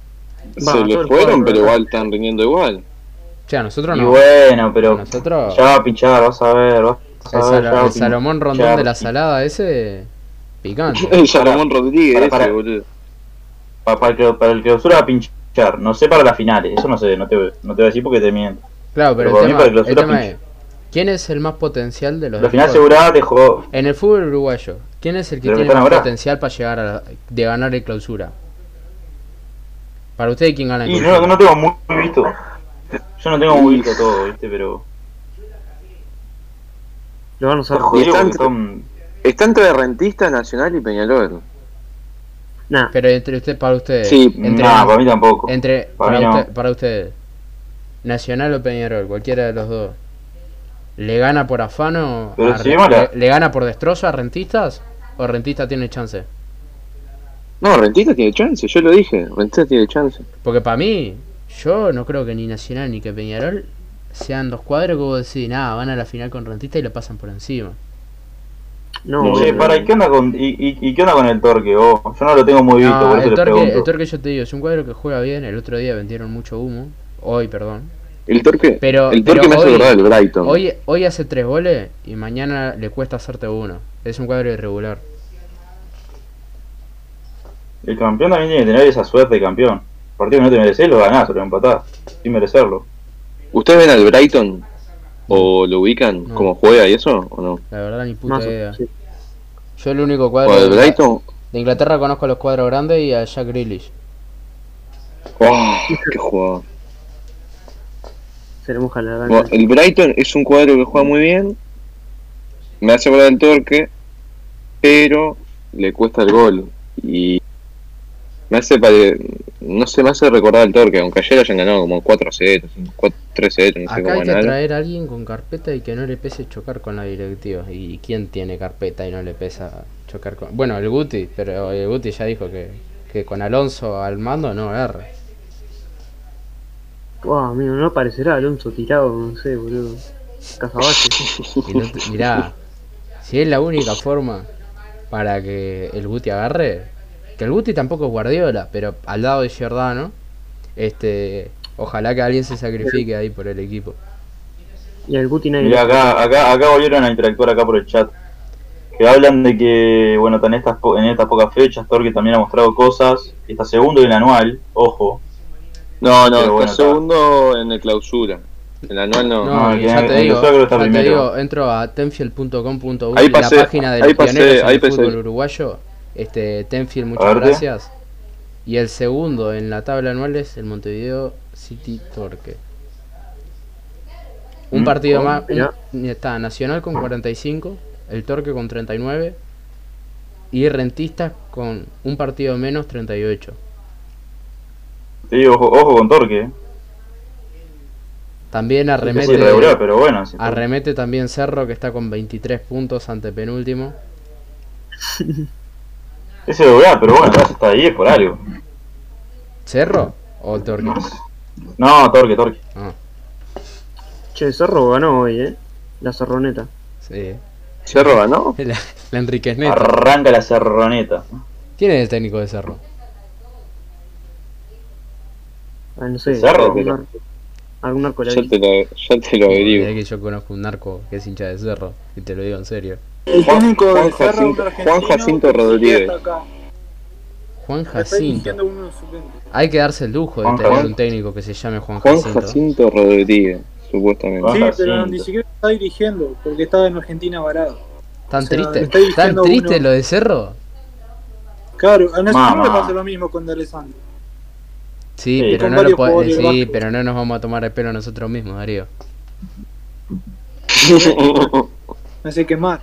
Va, Se todo le fueron, el cuadro, pero ¿verdad? igual están rindiendo igual. O sea, nosotros y no. bueno, pero nosotros, ya va a pinchar, vas a ver, vas el, a ver. ya Sala- va a el Salomón pinchar. Rondón de la Salada ese, picante. El Salomón Rodríguez, Para, ese, para. boludo. Pa- Para, el que- para el clausura va a pinchar, no sé para las finales, eso no sé, no te, no te voy a decir porque te miento. Claro, pero, Pero para mí el, para tema, el el clausura tema pincha. es, ¿quién es el más potencial de los La final equipos? asegurada te jugó. En el fútbol uruguayo, ¿quién es el que ¿De lo que tiene más están ahora? potencial para llegar a la- de ganar el clausura? Para ustedes, ¿quién gana el Y clausura? yo no, no tengo muy visto. Yo no tengo muy visto todo, viste, pero. Lo van a usar. Está jodido están- porque son. Está entre Rentista, Nacional y Peñalol. Nah, Pero entre usted, para ustedes, Sí, entre, Nah, para mí tampoco. entre- para, mí no. usted- para ustedes, Nacional o Peñarol, cualquiera de los dos, ¿le gana por afano? Pero a si Re- vemos la- le, le gana por destrozo a rentistas? ¿O rentista tiene chance? No, Rentista tiene chance, yo lo dije. Rentista tiene chance. Porque para mí, yo no creo que ni Nacional ni que Peñarol sean dos cuadros que vos decís, nada, van a la final con rentista y le pasan por encima. no, Che, boludo. para, ¿y qué onda con, y, y- y qué onda con el torque? vos? Yo no lo tengo muy visto, No, por eso el, le torque, pregunto. el torque yo te digo, es un cuadro que juega bien, el otro día vendieron mucho humo, hoy perdón. El Torque, Pero- el torque pero me hace hoy- acordar al Brighton. Hoy, hoy hace tres goles y mañana le cuesta hacerte uno. Es un cuadro irregular. El campeón también tiene que tener esa suerte de campeón. El partido que no te mereces lo ganás, lo empatás, sin merecerlo. ¿Ustedes ven al Brighton? ¿O lo ubican? No. ¿Cómo juega y eso? ¿O no? La verdad ni puta más o- idea. sí. Yo el único cuadro Bueno, de, el Brighton. de Inglaterra conozco a los cuadros grandes y a Jack Grealish. ¡Oh! ¡Qué jugada! se le moja la gana. eh. Bueno, el Brighton es un cuadro que juega muy bien. Me hace acordar el torque. Pero le cuesta el gol. Y. Me hace pare- No sé, me hace recordar el torque. Aunque ayer hayan ganado como 4-0, 3-0, no sé Acá cómo hay que ganaron. traer a alguien con carpeta y que no le pese chocar con la directiva. ¿Y quién tiene carpeta y no le pesa chocar con.? Bueno, el Guti, pero el Guti ya dijo que, que con Alonso al mando no agarra. Wow, amigo, no aparecerá Alonso tirado, no sé, boludo. Cazabache. Y no te- mirá, si es la única forma para que el Guti agarre, que el Guti tampoco es Guardiola, pero al lado de Giordano, este, ojalá que alguien se sacrifique ahí por el equipo. Y el Guti Mirá, Negro. acá, acá, acá volvieron a interactuar acá por el chat. Que hablan de que, bueno, en estas, po- en estas pocas fechas, Torque también ha mostrado cosas. Está segundo en el anual, ojo. No, no, Pero está bueno, está. segundo en el clausura. El anual no. No, No, y que ya en- te en digo, Venezuela está ya te primero. digo, entro a tenfield.com.uy, Ahí la pasé, página de los ahí pasé, pioneros en ahí el pasé. fútbol uruguayo. Este, Tenfield, muchas verte. gracias. Y el segundo en la tabla anual es el Montevideo City Torque. Un Mm, partido oh, más. un- mirá. está Nacional con 45, el Torque con 39 y Rentistas con un partido menos 38. Te digo, ojo, ojo con Torque. eh. También Es arremete. irregular, pero bueno. sí. Arremete también Cerro, que está con 23 puntos ante penúltimo. Es irregular, pero bueno, atrás está ahí, es por algo. ¿Cerro o Torque? No, Torque, Torque. Ah, Che, Zorro ganó hoy, eh. La zorroneta. sí. Cerro ganó. La, la Enriquez Neto. Arranca la cerroneta. ¿Quién es el técnico de Cerro? Ah, no sé. Cerro, algún pero- ar- Algún arco la Ya te lo, ya te Mirá lo averiguo. que yo conozco un narco que es hincha de Cerro, y te lo digo en serio. El Juan- técnico Juan de Cerro, un Jacinto- argentino, Juan Jacinto que sigue Rodríguez. hasta acá. Juan Me está diciendo Jacinto. uno suplente. Hay que darse el lujo de Juan tener Jacinto. un técnico que se llame Juan Juan Jacinto. Jacinto Rodríguez, supuestamente. Juan Sí, pero Jacinto. ni siquiera está dirigiendo, porque estaba en Argentina varado. ¿Tan O sea, triste? me está diciendo ¿Tan triste uno- lo de Cerro? Claro, a nosotros Mamá. le pasa lo mismo con D Alessandro. Sí, Sí. pero Con no lo varios po- jugadores del sí, Vasco. pero no nos vamos a tomar el pelo nosotros mismos, Darío. Me hace quemar.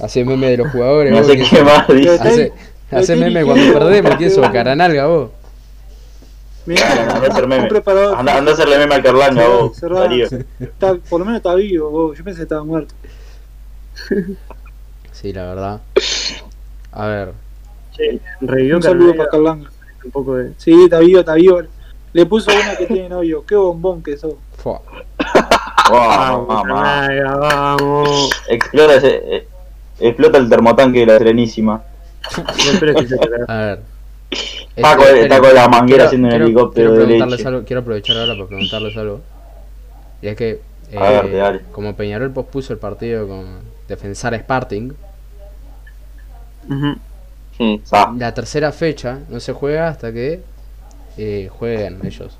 Hace meme de los jugadores, No vos, sé ¿quién qué más Pero dice. Hace, Lo hace estoy meme diciendo, cuando perdemos, ¿quién sos? boludo. Caranalga vos. Anda a hacer meme. un preparador. Anda, anda a hacerle meme al Carlanga, Cerrado, vos. cerrado. Darío. Está- por lo menos está vivo, vos. yo pensé que estaba muerto. Sí, la verdad. A ver, Che, revivió Un saludo Caranelo, para Carlanga. un poco de. Sí, está vivo, está vivo. Le puso una que tiene novio. Qué bombón que sos. fua. Ah, Wow, mamá. Carnaga, vamos. Explota, ese- eh, explota el termotanque de la Serenísima. No espero que se te la- A ver. Paco Este, está con la manguera quiero- haciendo un quiero- helicóptero quiero de preguntarles leche. algo- quiero aprovechar ahora para preguntarles algo. Y es que, A ver, eh, dale. como Peñarol pospuso el partido con Defensar Sparting, Ujú. Mm. Sa. la tercera fecha no se juega hasta que eh, jueguen ellos.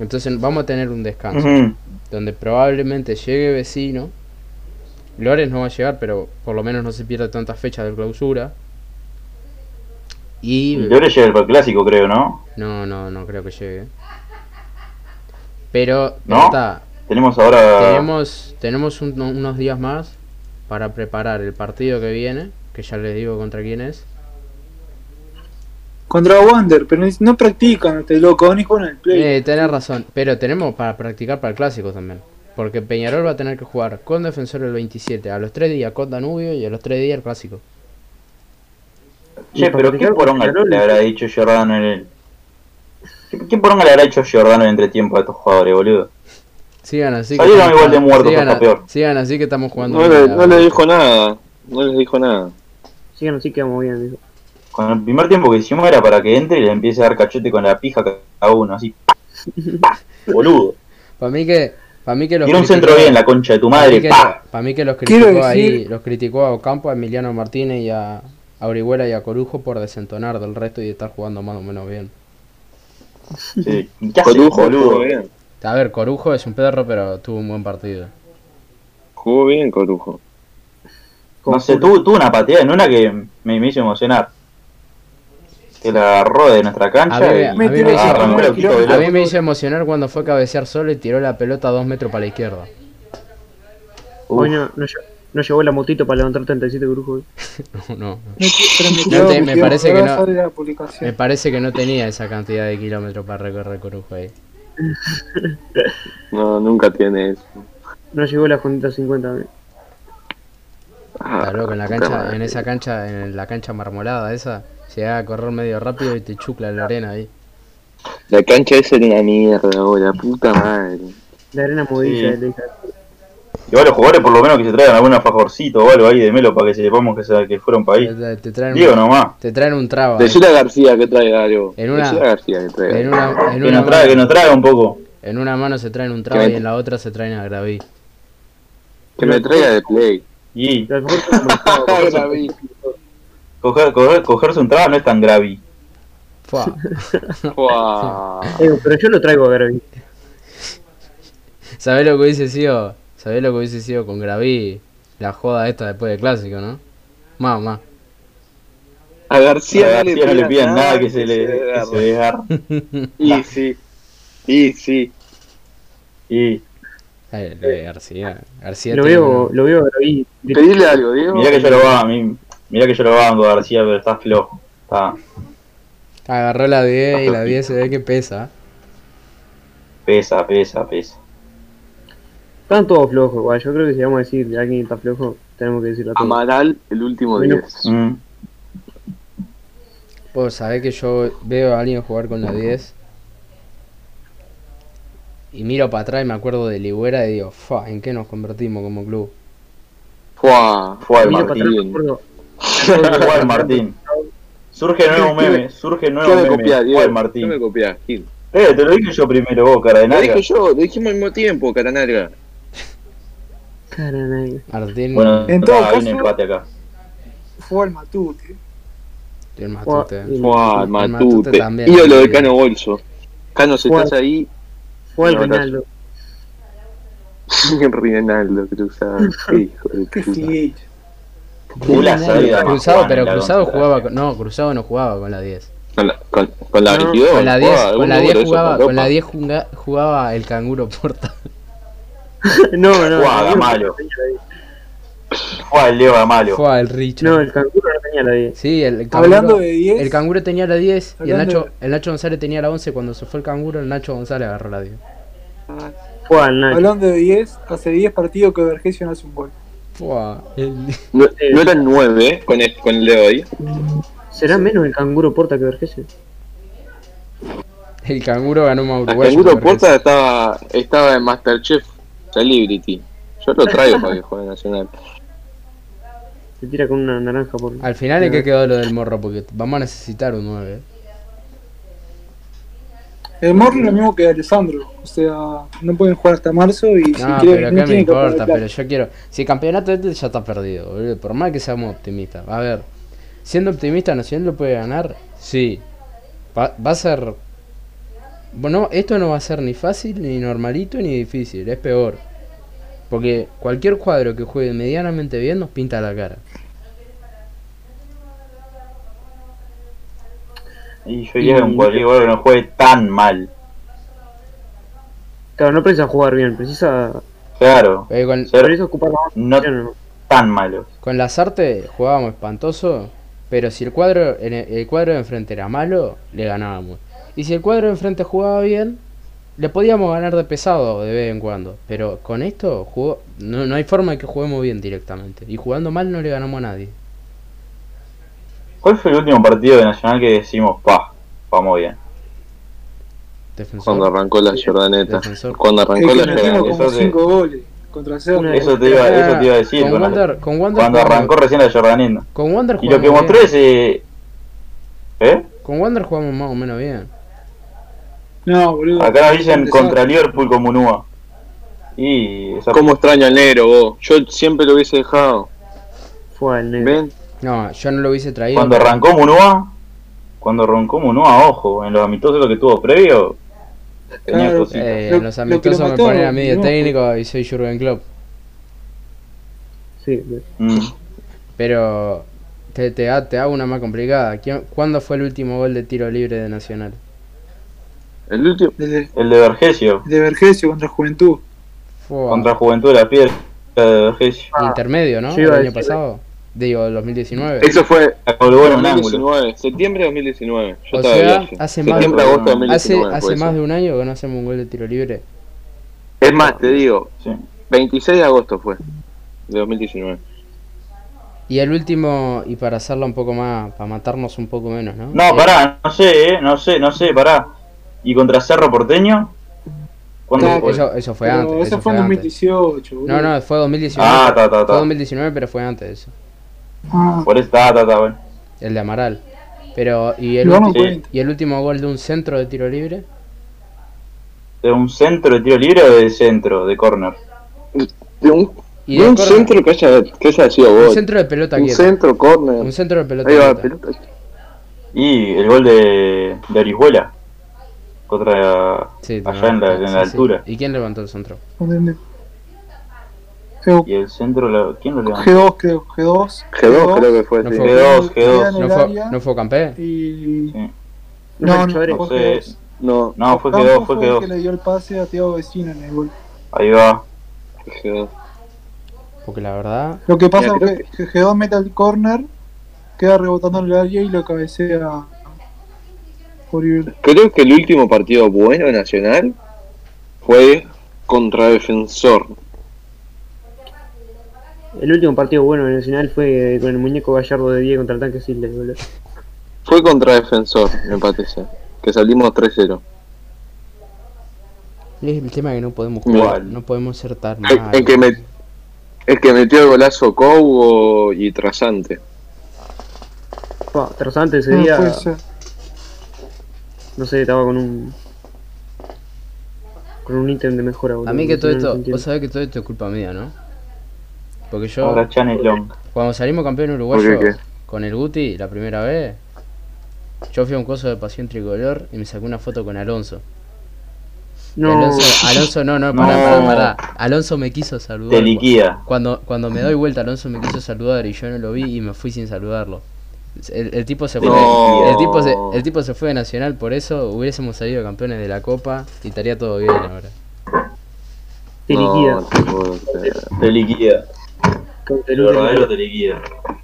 Entonces vamos a tener un descanso. Ujú. donde probablemente llegue vecino. Lores no va a llegar, pero por lo menos no se pierde tantas fechas de clausura. Y Yo le llegué el clásico, creo, ¿no? no, no, no creo que llegue. Pero, ¿No? Ah. pero está, Tenemos ahora. tenemos, tenemos un- unos días más para preparar el partido que viene, que ya les digo contra quién es. Contra Wander, pero ni- no practican este loco, ni con el play. Eh, tenés razón, pero tenemos para practicar para el clásico también. Porque Peñarol va a tener que jugar con Defensor el 27, a los 3 días con Danubio y a los 3 días el clásico. Che, pero ¿qué Fabricar poronga Peñarol. le habrá dicho Giordano en el. ¿Qué- ¿Qué poronga le habrá hecho Giordano en el entretiempo a estos jugadores, boludo? Sigan así. Salieron estamos- igual de muertos, sigan, hasta peor. sigan así que estamos jugando. No, bien, le, la no le verdad. dijo nada. No les dijo nada. Sigan así, quedamos bien, dijo. Con el primer tiempo que hicimos era para que entre y le empiece a dar cachote con la pija a cada uno, así. pa, pa, Boludo. Para mí que, para mí que los Tira un centro bien, la concha de tu para mí madre, que, pa. para mí que los Quiero criticó ahí, decir- los criticó a Ocampo, a Emiliano Martínez y a, a Orihuela y a Corujo por desentonar del resto y estar jugando más o menos bien. Sí. ¿Qué haces, Corujo, Eh, boludo? jugó bien. A ver, Corujo es un perro, pero tuvo un buen partido. Jugó bien, Corujo. No sé, tuvo, tuvo una pateada en una que me, me hizo emocionar. Que la agarró de nuestra cancha. A mí me- y a mí me hizo- arrancó el ojito de A loco. mí me hizo emocionar cuando fue a cabecear solo y tiró la pelota a dos metros para la izquierda. Uf. Hoy no, no, lle- no llevó la motito para levantar 37 brujos. No, no. Pero te- me metió- parece que ahora no. Eh, sale la Me publicación. parece que no tenía esa cantidad de kilómetros para recorrer Corujo ahí. No, nunca tiene eso. No llegó la juntita 50. eh. Ah, Está loco, en la puta cancha, madre. en esa cancha, en la cancha marmolada esa, llegaba a correr medio rápido y te chucla la arena ahí. La cancha esa era una mierda, oh, la puta madre. La arena movida Sí. le dije. Qué Igual los jugadores por lo menos que se traigan algún alfajorcito o algo ahí de Melo para que sepamos que, se- que fueron país. Te, te traen, Digo un, nomás. te traen un traba. Decirle a García que traiga algo. En una- Decile a García que traiga. En una, en, Que una nos traiga, que mano, nos traiga un poco. en una mano se traen un traba Que me- y en la otra se traen a Graví. Que me traiga de Play. Ah, Y Y a lo mejor son como- Graví. coger, coger- cogerse un traba no es tan grave. Fua. Fua. Eh, pero yo lo traigo a Gravy. ¿Sabés lo que hubiese sido? ¿Sabés lo que hubiese sido con Graví? La joda esta después del clásico, ¿no? Mamá. A García, a García no le pidan nada que se le que agarre. se le agarre. Y sí. Y sí. Y Ay, lo de García. García Lo tiene veo, una- lo veo a Gravy. Pedirle algo, Diego. mirá que yo lo banco, mi- mirá que yo lo banco a García, pero está flojo. Está, Agarró la 10 y la 10 se ve que pesa. pesa, pesa, pesa. Están todos flojos, igual. Yo creo que si vamos a decir que alguien está flojo, tenemos que decirlo a todos. Amaral, el último Bueno. 10. Mm. Vos sabés que yo veo a alguien jugar con la 10 y miro para atrás y me acuerdo de Ligüera y digo, fa, ¿en qué nos convertimos como club? Fua. Fue al Miro para atrás, Martín. me Martín. acuerdo, Fue al Martín. Surge nuevo meme, surge nuevo Yo me meme. copié, Fue al Diego. Yo me Martín. copié, Gil. Eh, te lo dije yo primero, vos, cara de Lo nalga. dije yo, lo dijimos al mismo tiempo, Catanarga. cara, nadie. Martín Bueno, En todo está, hay un caso- Ah, empate acá. Fue al Matute. y el Matute. Fue- Fua, El Matute Matute. también, Ídolo de también. Cano Bolso. Cano, si Fua. estás ahí, Fue al No, no. Rinaldo. Rinaldo cruzado. Hijo de Qué puta. fiel. Pula salida más Cruzado, Juan pero en la Cruzado contra. jugaba con... No, Cruzado no jugaba con la 10. Con la, con, con la No, 22. Con la 10, jugaba, con la un 10 duro jugaba, eso, con la ropa. 10 juga- jugaba el canguro Porta. No, no. Guau, el malo. canguro no tenía la 10. Fue el Leo Amalo. Jugaba el Richo. No, el canguro no tenía la 10. Sí, el, el canguro. Hablando de 10. El canguro tenía la 10 y el Hablando Nacho, el Nacho González tenía la 11. Cuando se fue el canguro, el Nacho González agarró la 10. Fue al Nacho. Hablando de 10, hace 10 partidos que Vergesio no hace un gol. Fua, el- No, no eran 9 con el, con el de hoy. ¿Será menos el canguro porta que Vergesio? El canguro ganó más El uruguayo. canguro que Porta estaba, estaba en Masterchef Celebrity. Yo lo traigo para que juegue Nacional. Se tira con una naranja por. Vergesio. Al final es que quedó lo del morro, porque vamos a necesitar un eh. 9. El Morro es lo mismo que Alessandro. O sea, no pueden jugar hasta marzo y si No, quieren, pero no qué me tienen que pagar importa, plata. pero yo quiero... Si el campeonato este ya está perdido, boludo, por más que seamos optimistas. A ver, siendo optimista, ¿Nacional lo puede ganar? Sí. Va, va a ser... Bueno, esto no va a ser ni fácil, ni normalito, ni difícil, es peor. Porque cualquier cuadro que juegue medianamente bien nos pinta la cara. Y yo diría que un cualquier jugador que no juegue tan mal. Claro, no precisa jugar bien, precisa. Claro, Eh, con, ser Precisa ocupar la no posición, tan malo. Con las artes jugábamos espantoso, pero si el cuadro, el, el cuadro de enfrente era malo, le ganábamos. Y si el cuadro de enfrente jugaba bien, le podíamos ganar de pesado de vez en cuando. Pero con esto jugó, no, no hay forma de que juguemos bien directamente. Y jugando mal no le ganamos a nadie. ¿Cuál fue el último partido de Nacional que decimos, pa, vamos bien? Cuando Defensor. arrancó la Jordaneta. Defensor. Cuando Es arrancó que la no nos hicimos Jordaneta. eso como sí. 5 goles contra Cerro. Eso te iba, eso te iba a decir. eh, con cuando- Wander, con Wander cuando jugamos- arrancó recién la Jordanina. con Wander Y lo que jugamos mostró bien. es... eh, ¿Eh? Con Wander jugamos más o menos bien. No, boludo. Acá nos dicen Empezó. contra Liverpool con Munúa. Y esa ¿Cómo extraño al negro vos? Yo siempre lo hubiese dejado. Fue al negro. ¿Ven? No, yo no lo hubiese traído. Cuando arrancó Munua, cuando arrancó Munua, ojo, en los amistosos que tuvo previo, tenía Claro. cositas. Eh, Lo- en los lo que amistosos lo me mató, ponen a mí de no. técnico y soy Jurgen Klopp. Sí, Mm. Pero te, te, ha- te hago una más complicada. ¿Quién- ¿Cuándo fue el último gol de tiro libre de Nacional? El último. El de, El de Vergesio, el de Vergesio contra Juventud. Fue contra Juventud de la Piedra de Vergesio. Ah. intermedio, ¿no? Yo El iba a año decir- pasado. Digo, 2019. Eso fue La colgó en un ángulo. 2019, septiembre de 2019. Yo O estaba de sea, viaje. hace más- septiembre, agosto de Hace, 2019. hace puede más ser. de un año que no hacemos un gol de tiro libre. Es más, te digo, Sí. 26 de agosto fue de 2019. Y el último, y para hacerlo un poco más, para matarnos un poco menos, ¿no? No, Eh, pará, no sé, eh, no sé, no sé, pará. ¿Y contra Cerro Porteño? ¿Cuándo Claro, fue? Eso, eso fue Pero antes. Esa eso fue en fue antes. 2018, boludo. No, no, fue 2019. Ah, ta, ta, ta. Fue 2019, pero fue antes de eso. Ah, Por eso, ta, ta, ta, bueno. El de Amaral. Pero, ¿y el, no me sí. cuenta. ¿y el último gol de un centro de tiro libre? ¿De un centro de tiro libre o de centro, de corner? De un, Y de de un corner. centro que haya, que haya sido Un gol. centro de pelota Un quieta. centro, Un corner. centro de pelota Ahí va, quieta. pelota. Y el gol de, de Orihuela. Contra. Sí, Allá no, en la- sí, en la sí. altura. ¿Y quién levantó el centro? ¿entendés? G- Y el centro, la- ¿quién lo levantó? G2, creo. G2. G2 creo que fue, No sí. fue. G2, G2. en ¿No el fue, área. ¿No fue Campé? Y. Sí. No, no, Chávez. No fue sé. G2. No, No, fue Ocampo G2, fue fue el que G2. le dio el pase a Thiago Vecino en el gol. Ahí va. fue G2. Porque la verdad. Lo que pasa Mira, creo es que G2 mete al corner, queda rebotando en el área y lo cabecea Oriol. Creo que el último partido bueno nacional fue contra Defensor. El último partido bueno en el final fue eh, con el muñeco Gallardo de 10 contra el tanque Sildes, boludo. Fue contra Defensor, me parece. Que salimos 3-0. Es el tema que no podemos jugar. Igual. No podemos ser tan El, malos. el que me, el que metió el golazo Cobo y Trasante. Pa, Trasante ese No día, puede ser. no sé, estaba con un. con un ítem de mejora, boludo. A mí que No todo sé, no lo esto. entiendo. Vos sabés que todo esto es culpa mía, ¿no? Porque yo. Ahora Chan es long. Cuando salimos campeón ¿Por uruguayo qué, qué? con el Guti la primera vez, yo fui a un coso de pasión tricolor y me saqué una foto con Alonso. Y No, Alonso, Alonso, no, no, pará, pará, pará. Alonso me quiso saludar. Te liquida. Cuando, cuando me doy vuelta, Alonso me quiso saludar y yo no lo vi y me fui sin saludarlo. El, el tipo se fue. No. El tipo se, el tipo se fue de Nacional, por eso hubiésemos salido campeones de la Copa y estaría todo bien ahora. te liquida. No, te puedo creer. Te liquida. Cautelú, El te verdadero liquida. te liquida.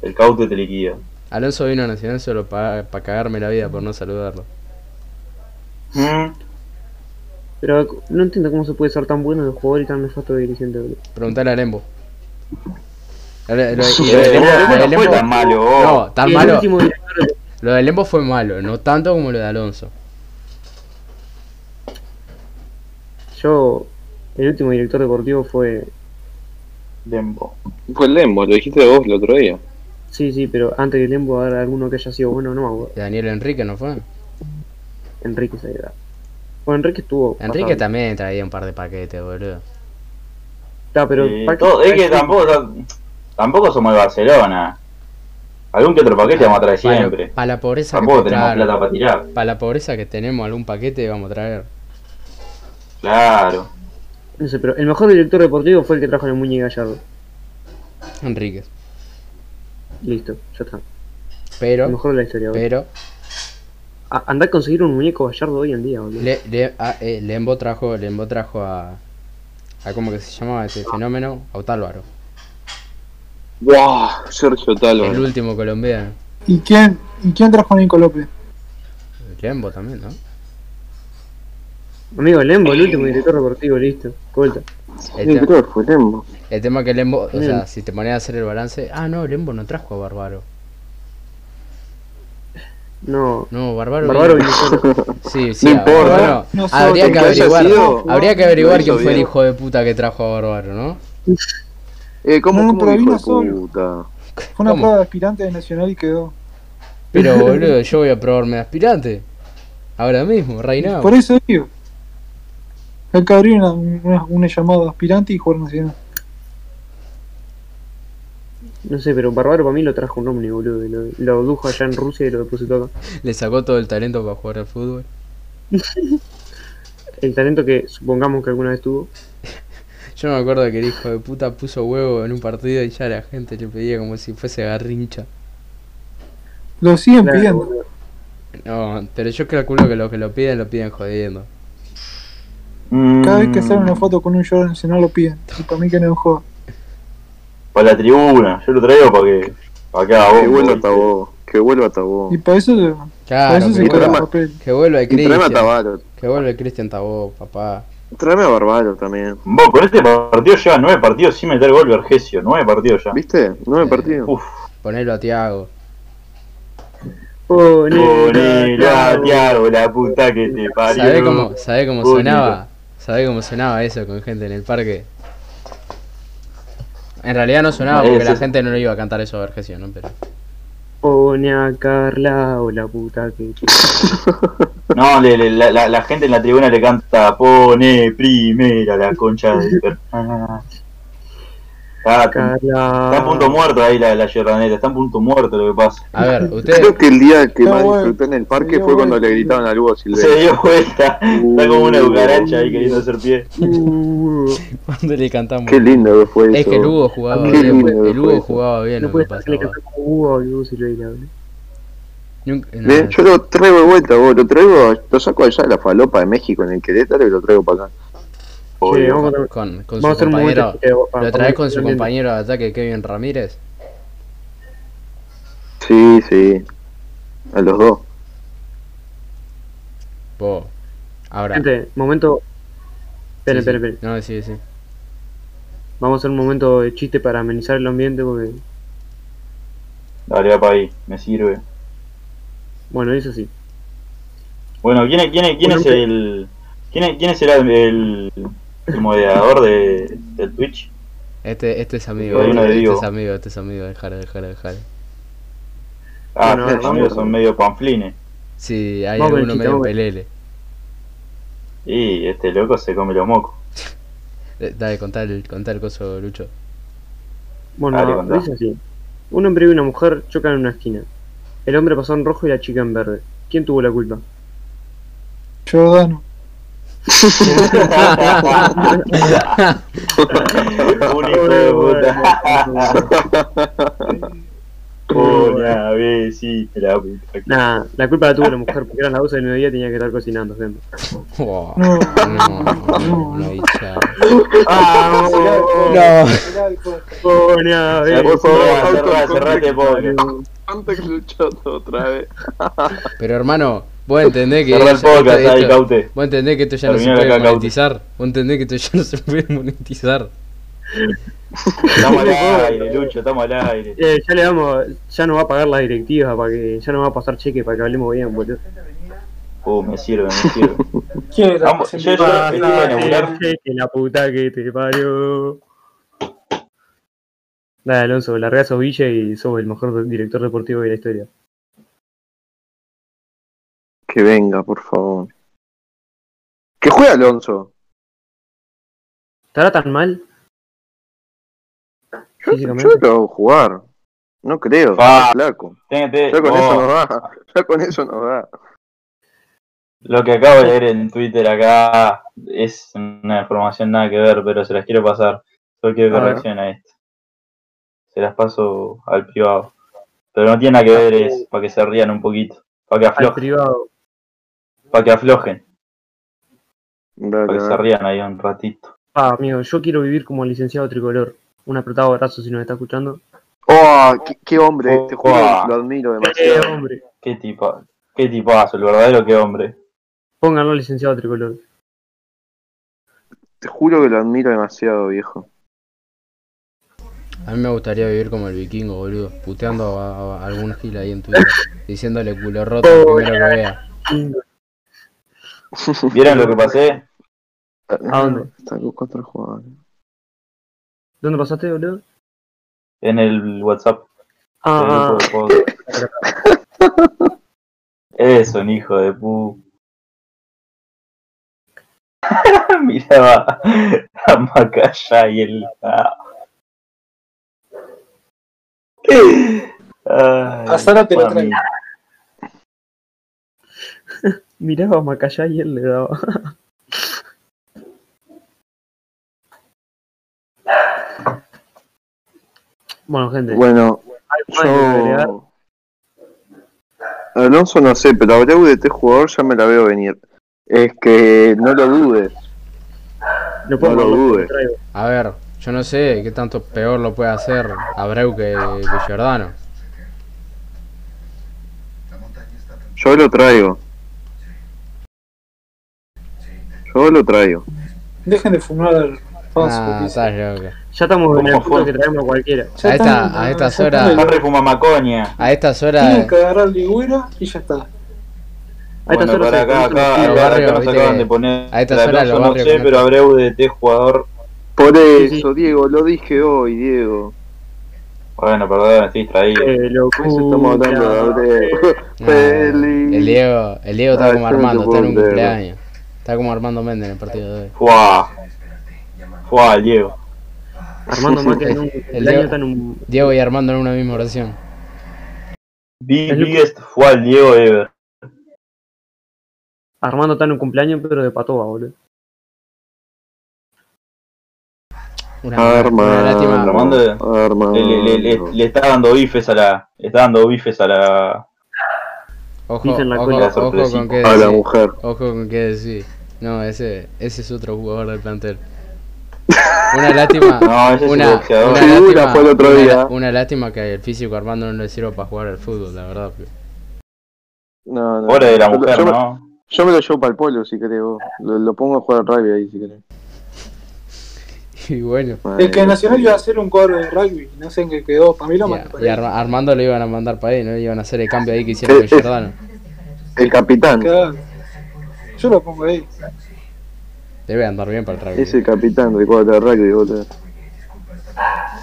El caute te liquida. Alonso vino a Nacional solo para cagarme la vida por no saludarlo. Mm. Pero no entiendo cómo se puede ser tan bueno de jugador y tan nefasto de dirigente, boludo. Preguntale a Lembo. Lo, lo- y lo de Eh, Lembo- lo de No fue Lembo- tan malo. vos. no, tan Y el malo. último director de- Lo de Lembo fue malo, no tanto como lo de Alonso. Yo, el último director deportivo fue. Dembo. Fue el Lembo, lo dijiste vos el otro día. Sí, sí, pero antes de tiempo habrá alguno que haya sido bueno, no me acuerdo. De Daniel Enrique no fue. Enrique se era. Bueno, Enrique estuvo. Enrique pasable. también traía un par de paquetes, boludo. Está, pero. Eh, Pac- todo- es que Pac- tampoco, tampoco somos el Barcelona. Algún que otro paquete vamos a traer siempre. Para, la pobreza que Tampoco tenemos claro, plata para tirar. para la pobreza que tenemos algún paquete vamos a traer. Claro. No sé, pero el mejor director deportivo fue el que trajo en el Muñe Gallardo. Enrique. Listo, ya está. El Pero, mejor de la historia, boludo. pero, A- Andá a conseguir un muñeco Gallardo hoy en día, boludo. Le- Le- a- eh, Lembo trajo, Lembo trajo a, a cómo que se llamaba ese fenómeno, Autálvaro, ¡Wow! Sergio el Talva. último colombiano. ¿Y quién, ¿Y quién trajo a Nico López? Lembo también, ¿no? Amigo, Lembo, Eh. el último director deportivo, listo. Vuelta. El, Sí, te- creo que fue Lembo. el tema que Lembo, o sea, Bien. si te ponías a hacer el balance, ah no, Lembo no trajo a Barbaro. No. No, Barbaro. Bárbaro vino- vino solo. Sí, sí, No a importa. Bárbaro. No sé, habría, que que haya averiguar, sido, habría que lo averiguar hizo quién fue el bien. hijo de puta que trajo a Barbaro, ¿no? Eh, ¿Cómo, No, cómo pero hijo vino de solo. puta? Fue una ¿Cómo? prueba de aspirante de Nacional y quedó. Pero boludo, yo voy a probarme de aspirante. Ahora mismo, right now. Por eso digo. Hay que abrir una, una, una llamada de aspirante y jugar Nacional. No sé, pero Barbaro para mí lo trajo un hombre, boludo. y Lo, lo adujo allá en Rusia y lo depositó acá. Le sacó todo el talento para jugar al fútbol. El talento que supongamos que alguna vez tuvo. Yo me acuerdo que el hijo de puta puso huevo en un partido y ya la gente le pedía como si fuese garrincha. Lo siguen Claro, pidiendo. boludo. No, pero yo calculo que los que lo piden lo piden jodiendo. Cada Mm. vez que Mm. sale una foto con un lloro Nacional lo piden. Y para mí que no es un juego. Para la tribuna. Yo lo traigo para que. Para que haga Que bombo, vuelva ¿viste? Tabó. Que vuelva Tabó. Y para eso, para Claro, eso que se crea programa- el vuelva, papel. que vuelva el Y Tráeme a Cristian. Tabaro. Que vuelva el Cristian Tabó, papá. Tráeme a Barbaro también. Vos, con este partido lleva nueve partidos sin meter gol Vergesio. Nueve partidos ya. ¿Viste? Nueve Eh, partidos. Uf, Ponelo a Tiago. Poné la Ponela, Tiago, la puta que te parió. ¿Sabe cómo, sabe cómo Bonito. sonaba? ¿Sabe cómo sonaba eso con gente en el parque? En realidad no sonaba porque la Ese. gente no le iba a cantar eso a Vergesio, ¿no? Pero pone a Carla o la puta que... No, le- le- la, la- la gente en la tribuna le canta Pone primera la concha de... per-". Ah. Está, Carla... está en punto muerto ahí la, la Giordaneta, está en punto muerto lo que pasa. a ver, ustedes Creo que el día que Está más bueno. disfruté en el parque Está fue cuando bueno. le gritaron al Hugo Se Silvestre. dio vuelta, está como una cucaracha ahí queriendo hacer pie. Uh, cuando le cantamos. Qué lindo que fue eso. Es que el Hugo jugaba Qué bien, lindo el fue Hugo eso. jugaba bien, lo no que puede ser que le pasaba. cante como Hugo o Hugo Silveira. ¿no? Nunca- no, Ve, Yo lo traigo de vuelta, vos, lo traigo, lo saco allá de la falopa de México en el Querétaro y lo traigo para acá. Che, Obvio. vamos a, con, con vamos a su hacer un compañero. momento... eh, para- ¿Lo para- traes con su también. compañero de ataque Kevin Ramírez? Sí, sí. A los dos. Vos. Ahora. Gente, momento... Esperen, Sí, sí. esperen, esperen. No, sí, sí. Vamos a hacer un momento de chiste para amenizar el ambiente porque... Dale, va para ahí, me sirve. Bueno, eso sí. Bueno, ¿quién, es- quién, es- quién es Bueno, el... ¿Quién, es- quién será el, el, el moderador de, del Twitch? Este, este es amigo, Hay uno de este, Diego. es amigo, este es amigo, dejalo, dejalo, dejalo. Ah, Bueno, ustedes vamos. amigos son medio panflines. Sí, hay Vamos con el alguno chiste, medio vamos con- pelele. Y este loco se come los mocos. Eh, Dale, contá el, contá el coso, Lucho. Bueno, Dale, contá. es así. Un hombre y una mujer chocan en una esquina. El hombre pasó en rojo y la chica en verde. ¿Quién tuvo la culpa? Giordano. Un hijo de puta. Una vez sí, la puta. Nah, la culpa la tuvo la mujer porque eran las 12 del mediodía y tenía que estar cocinando, gente. Oh, No. no, no, no, bicha. Ah, No. Mirá el coso. Coña, Ya, ve. Por favor, Auto cerrá, este con cerrate, pobre. Antes que otra vez. Pero hermano, vos entendés que. Cerrá el esto- podcast esto- ahí, caute. Vos entendés que esto ya no se Terminá puede acá, Caute. monetizar. Vos entendés que esto ya no se puede monetizar. Estamos al aire, Lucho, estamos al aire. Eh, ya le damos, ya nos va a pagar la directiva para que, ya nos va a pasar cheque para que hablemos bien, boludo. Uh, me sirve, me sirve. Quiero Vamos, que se yo- me yo- pase. yo- yo- Bueno, Cheque, la puta que te parió. Dale, Alonso, larga esos Villa y sos el mejor director deportivo de la historia. Que venga, por favor. Que juegue Alonso. ¿Estará tan mal? Yo, Físicamente. yo lo hago jugar. No creo, Ah. flaco. Téngate, Ya con vos, eso nos da. Ya con eso nos da. Lo que acabo de leer en Twitter acá es una información nada que ver, pero se las quiero pasar. Solo quiero A que ver. reaccione a esto. Se las paso al privado. Pero no tiene nada que ver, es para que se rían un poquito. Para que Al aflojen, privado. para que aflojen, Dale, para que se dale. rían ahí un ratito. Ah, amigo, yo quiero vivir como licenciado tricolor. Un apretado abrazo si nos está escuchando. Oh, qué, qué hombre este Oh. juego. Lo admiro demasiado. Eh, hombre. Qué tipo, qué tipazo, el verdadero que hombre. Pónganlo licenciado tricolor. Te juro que lo admiro demasiado, viejo. A mí me gustaría vivir como el vikingo, boludo. Puteando a, a algún gil ahí en Twitter. Diciéndole culo roto al primero que vea. ¿Vieron lo que pasé? ¿A dónde? Está con cuatro jugadores. ¿Dónde pasaste, boludo? En el WhatsApp. del Ah, grupo de podcast. Eso, un hijo de pu. Miraba a Macaya y el. ah. Ay, Azara te lo pa' mí. miraba a Macallá y él le daba. bueno, gente. Bueno, ¿algo más que agregar? yo. Alonso no sé, pero Abreu de este jugador ya me la veo venir. Es que no lo dudes. Lo pongo, no lo lo dudes. traigo. A ver, yo no sé qué tanto peor lo puede hacer Abreu que, que Giordano. Yo lo traigo. Yo lo traigo. Dejen de fumar paso. Ah, dice. estás loco. Ya estamos en el ¿Cómo fue? punto que traemos a cualquiera. Ya a están esta- en a la- estas ya están horas- en la- Henry fuma macoña. A estas horas Tienen que agarrar ligüera y ya está. A estas Bueno, horas para se acá, producen acá, los acá, barrios, nos viste, acaban de poner. a estas la horas los Lozo, no barrios sé, conectan. pero Abreu de T jugador. Por Sí, eso, Diego, lo dije hoy, Diego. Bueno, perdón, estoy distraído. Eh, Por eso estamos hablando de Abreu. No, Feliz. El Diego, el Diego está Ah, como yo no te Armando, está puedo en un creer. cumpleaños. Está como Armando Méndez en el partido de hoy. Fuá. Fuá, Diego. Armando Mate en un el Diego- año está en un Diego y Armando en una misma oración. The Es lo- biggest fuá al Diego ever. Armando está en un cumpleaños pero de patoba, boludo. Una, una lástima. Armando le, Armando. le- le- le- le está dando bifes a la. Le está dando bifes a la. Ojo, Dicen la ojo, cola. ojo con qué A la decir. mujer. Ojo con qué decir. No, ese, ese es otro jugador del plantel. Una lástima. No, ese es un Una, boxeador. una Figura lástima, fue el otro una- día. una lástima que el físico Armando no le sirva para jugar al fútbol, la verdad. No, no. Pobre de la Yo- yo mujer, me- ¿no? Yo me lo llevo para el polo, si querés vos. Lo, lo pongo a jugar al rugby ahí, si querés. Y bueno, El que Nacional iba a hacer un cuadro de rugby, no sé en qué quedó. Para mí lo y a- mandó y a para Arma- Armando lo iban a mandar para ahí, no le iban a hacer el cambio ahí que hicieron Eh, con eh. Giordano. El capitán. Claro. Yo lo pongo ahí. Debe andar bien para el rugby. Es el capitán del cuadro de rugby, boludo.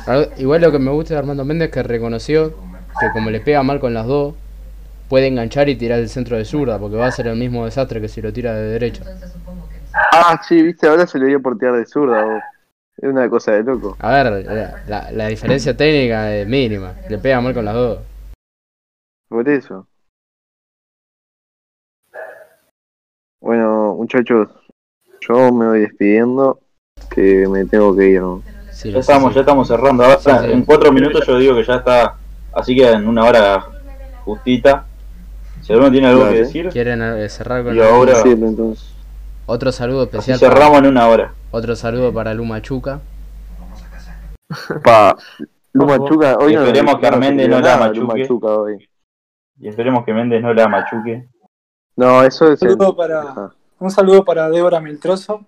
Ahora, Igual lo que me gusta de Armando Méndez es que reconoció que como le pega mal con las dos, puede enganchar y tirar el centro de zurda, porque va a ser el mismo desastre que si lo tira de derecha. Ah, sí, viste, ahora se le dio por tirar de zurda, vos. Es una cosa de loco. A ver, la, la- la diferencia técnica es mínima, le pega mal con las dos. Por eso. Bueno, muchachos, yo me voy despidiendo, que me tengo que ir. ¿no? Sí, Ya lo- estamos, sí. ya estamos cerrando. Ahora, Sí, sí. en cuatro minutos yo digo que ya está. Así que en una hora justita. Si alguno tiene algo Dale. que decir, ¿Quieren eh, cerrar con Y ahora- Sí, entonces. otro saludo así especial? para- cerramos en una hora. otro saludo para Luma Chuca. Pa. Luma Chuca, hoy no Esperemos que no nos Armende no envió la nada, Luma machuque. Chuca hoy. Y esperemos que Méndez no la machuque. No, eso es. Saludo el- para- Ajá. Un saludo para Débora Meltroso.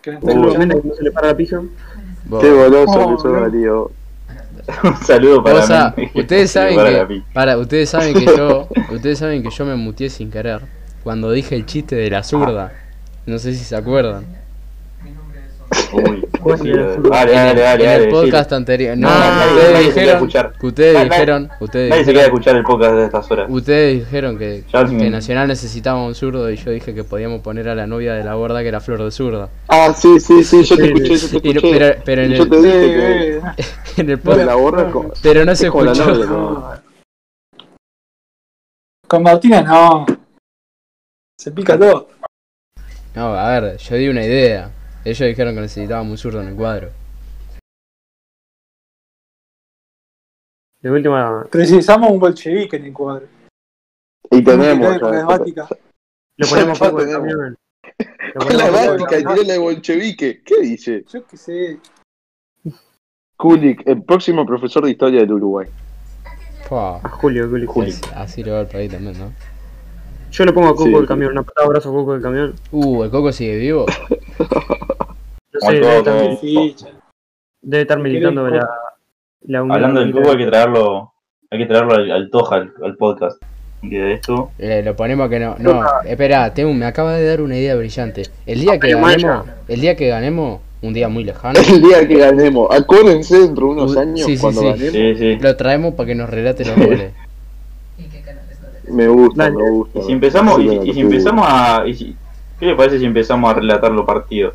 Que me está Uh, Saludos, escuchando. Méndez, que no se le para la pija. Vos- Qué goloso Oh, que sos, no. tío. Un saludo para O sea, Méndez. ustedes saben Para la que pi- para, ustedes saben que yo ustedes saben que yo me muteé sin querer cuando dije el chiste de la zurda. No sé si se acuerdan. Uy, Bueno, decilo, decilo. dale, en dale, el, en dale, dale, el decilo. podcast anterior. No, No, nadie- ustedes nadie se quiere dijeron, escuchar. que ustedes Nadie- dijeron, ustedes Nadie se dijeron, queda a escuchar el podcast de estas horas. ustedes dijeron que, Ya Mm. que me- Nacional necesitaba un zurdo y yo dije que podíamos poner a la novia de la borda que era flor de zurda. Ah, sí, sí, sí, yo te Sí, escuché, yo te Y no- escuché. pero, pero en Yo el, te Sí, dije que eh, en el no, podcast, la borra con, pero no se con la escuchó. novia. ¿no? no. Con Martina no. Se pica todo. No, a ver, yo di una idea. Ellos dijeron que necesitábamos un zurdo en el cuadro. De última Precisamos un bolchevique en el cuadro. Y Tiene tenemos. que ver con ya, la temática. le ponemos Ya poco de tenemos. camión. Le Con ponemos la poco de básica y camión. tiene la de bolchevique. ¿Qué dice? Yo qué sé. Kulik, el próximo profesor de historia del Uruguay. Fua, A Julio, Julio. así, así le va el país también, ¿no? Yo le pongo a Coco Sí. el camión, una patada abrazo a Coco del camión. Uh, el coco sigue vivo. No Como sé, el debe Coco. estar, Sí, ya. debe estar militando ¿Qué le- la, la unión. Hablando del fútbol hay que traerlo, hay que traerlo al, al Toja, al, al podcast. Que de esto. Le- Eh, lo ponemos que no. No, espera, tengo, me acaba de dar una idea brillante. El día que Pero Maya. ganemos, el día que ganemos, un día muy lejano, El día que ganemos. Acuérdense dentro de unos Uh, años sí, sí, cuando sí. ganemos. Sí, sí. lo traemos para que nos relate los goles. Me gusta, Dale. me gusta. Y si empezamos, Sí, y, bueno, y si sí. empezamos a. y si- ¿Qué le parece si empezamos a relatar los partidos?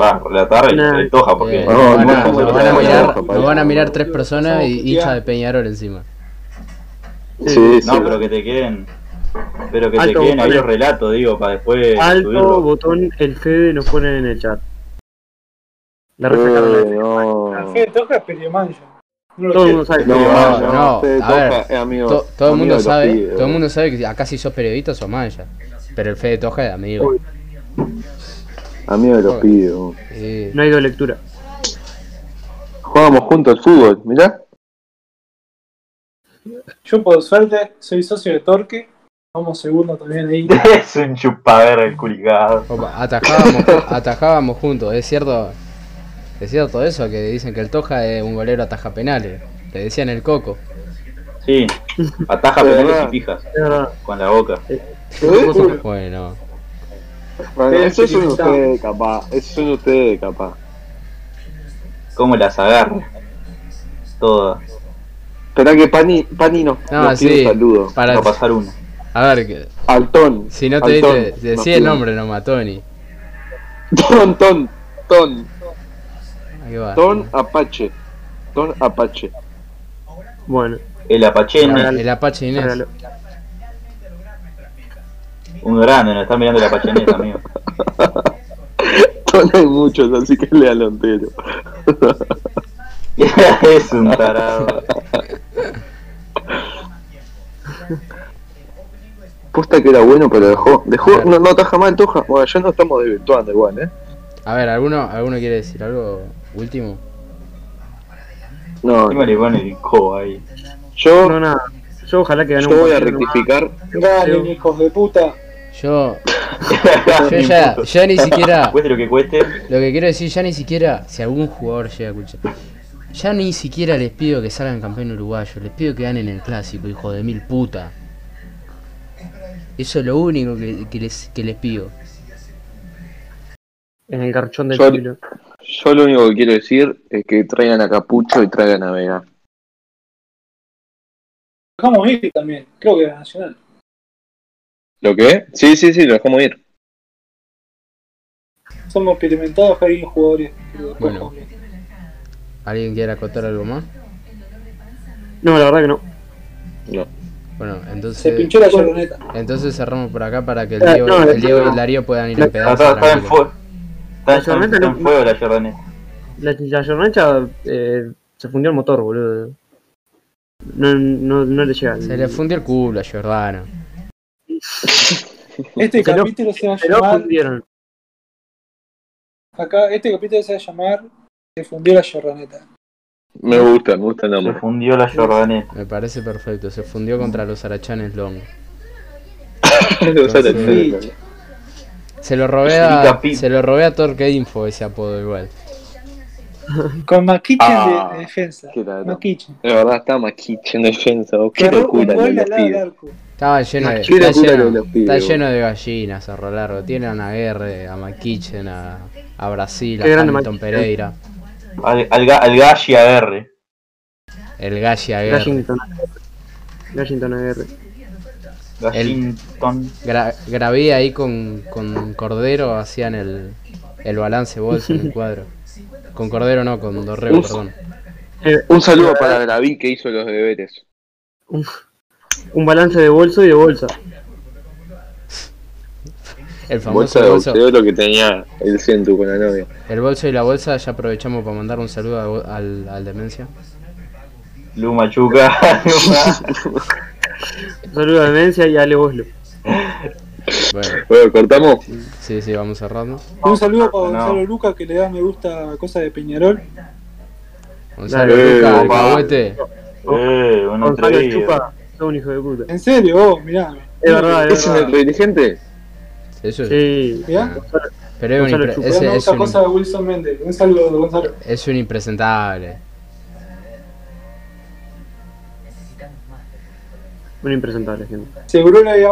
Va, relatar el, Nah. el Toja, porque. Eh, nos, no, van a, no, nos no, van a no, mirar, no, nos van a mirar tres no, personas no, y no, hinchas no. de Peñarol encima. Sí, sí. eh, No, pero que te queden. Pero que Alto, te queden ahí botón. los relatos, digo, para después Alto subirlo. botón, el Fede nos pone en el chat. La Eh, resacaron. no. Café de Toja es Periomancho. No lo Todo el quiero. mundo sabe. No, ah. que- no, no, no, Fede a Toja ver, es amigo- To- todo el amigo mundo de los sabe, pibes, todo el mundo sabe que acá si sos periodista sos maya. Pero el Fede Toja es amigo. Amigo de los Joder. pibes. vos. Sí. No ha ido lectura. Jugábamos juntos al fútbol, mirá. Yo por suerte soy socio de Torque. Vamos segundo también ahí. es un chupadera el culigado. Opa, Atajábamos, atajábamos juntos, es cierto. Es cierto eso, que dicen que el Toja es un golero ataja penales. Le decían el coco. Sí, ataja Es penales verdad. y fijas Es verdad. con la boca. ¿Eh? Uy, Bueno, bueno, Eh, Pero eso es un felicitado. ustedes capaz. Eso es un ustedes capaz. Cómo las agarra. Todas. Espera que Pani, Pani nos, No, nos pide sí. un saludo. para. Va a pasar una. A ver, que- Altón. si no te Altón diste. nos Decí pide. el nombre nomás, Tony. Ton, ton, ton. Ahí va. Ton Apache. Ton Apache. Bueno, El Apachene, Regalo. El Apache Inés. regalo. un grande, nos está mirando el Apachene amigo. Ton hay muchos, así que lea al entero. es un tarado. Posta que era bueno, pero dejó. Dejó. No, no taja mal Toja. Bueno, ya no estamos desvirtuando igual, eh. A ver, ¿alguno, ¿alguno quiere decir algo último? No, Encima le pone el co ahí. yo, No, nada. Yo ojalá que gane yo un voy a partido nomás. rectificar. Dale, hijos de puta. Yo, yo Ni ya, puto. ya ni siquiera. Cueste lo que cueste, Lo que quiero decir, ya ni siquiera, si algún jugador llega a escuchar, ya ni siquiera les pido que salgan campeón uruguayo, les pido que ganen el clásico, hijo de mil puta. Eso es lo único que, que les, que les pido. En el garchón del Yo- chilo. Yo lo único que quiero decir es que traigan a Capucho y traigan a Vega. Dejamos ir también, creo que era Nacional. ¿Lo qué? Sí, sí, sí, lo dejamos ir. Somos experimentados para ir jugadores. pero después Bueno. jugamos. ¿Alguien quiere acotar algo más? No, la verdad que no. Bueno, Se entonces, pinchó la lloroneta. entonces cerramos por acá para que el Eh, Diego, no, el Diego y no. el Darío puedan ir No, en está, pedazos. está- está en tranquilos. fuego. Ah, Está, está- Jordaneta está no- en fuego la Jordaneta. La, la Jornacha eh, se fundió el motor, boludo. No, no, no le llega. Se le fundió el culo a Giordano. Este Se lo- capítulo se va a Se lo llamar. fundieron. Acá, este capítulo se va a llamar. Se fundió la lloroneta. Me gusta, me gusta el Se nombre. fundió la Jordaneta. Me parece perfecto, se fundió contra los arachanes long. O sea, el- Sí. Se lo robé Significa a, pi- se lo robé a Torque Info ese apodo igual. Con Maquichen Ah, de, de defensa. qué raro. Maquichen. De verdad, está Maquiche en defensa. vos. Qué Que erró un locura lo de gol los al lado del pibes. arco. Estaba lleno de, Qué está locura lleno, lo de los pibes, está boludo. lleno de gallinas, Cerro Largo. Tienen a Guerre, a McKitchen, a, a Brasil, a Qué grande Hamilton McKitchen. Pereira, Al, al, ga- al Galli AR. el Galli a Guerre, Washington. Washington Aguirre. Gashington. Gra- Gravé ahí con, con Cordero, hacían el, el balance bolso en el cuadro. Con Cordero no, con Dorrego, Uf. perdón. Eh, Un saludo para Graví que hizo los deberes. un balance de bolso y de bolsa. El famoso Bolsa de bolso. boxeo lo que tenía el ciento con la novia. El bolso y la bolsa ya aprovechamos para mandar un saludo a Bo- al, al Demencia. Luma Chuca. Un saludo a Demencia y a Ale Boslo. Bueno, Bueno, cortamos. sí, sí, vamos cerrando. Un saludo para No. Gonzalo Luca que le da me gusta a cosas de Peñarol. Gonzalo Dale, Luca, papá. Alcahuete. eh, un Gonzalo atrevido. Chupa, sos un hijo de puta. En serio, vos, mirá. Es verdad, es ¿Ese es verdad. nuestro dirigente? Eso es- Sí. Mirá. Pero es un, Gonzalo impre- Chupa. Pero ese me es gusta un- cosa de Wilson Méndez. Un saludo, Gonzalo. es un impresentable. Un impresentable, gente. Seguro le había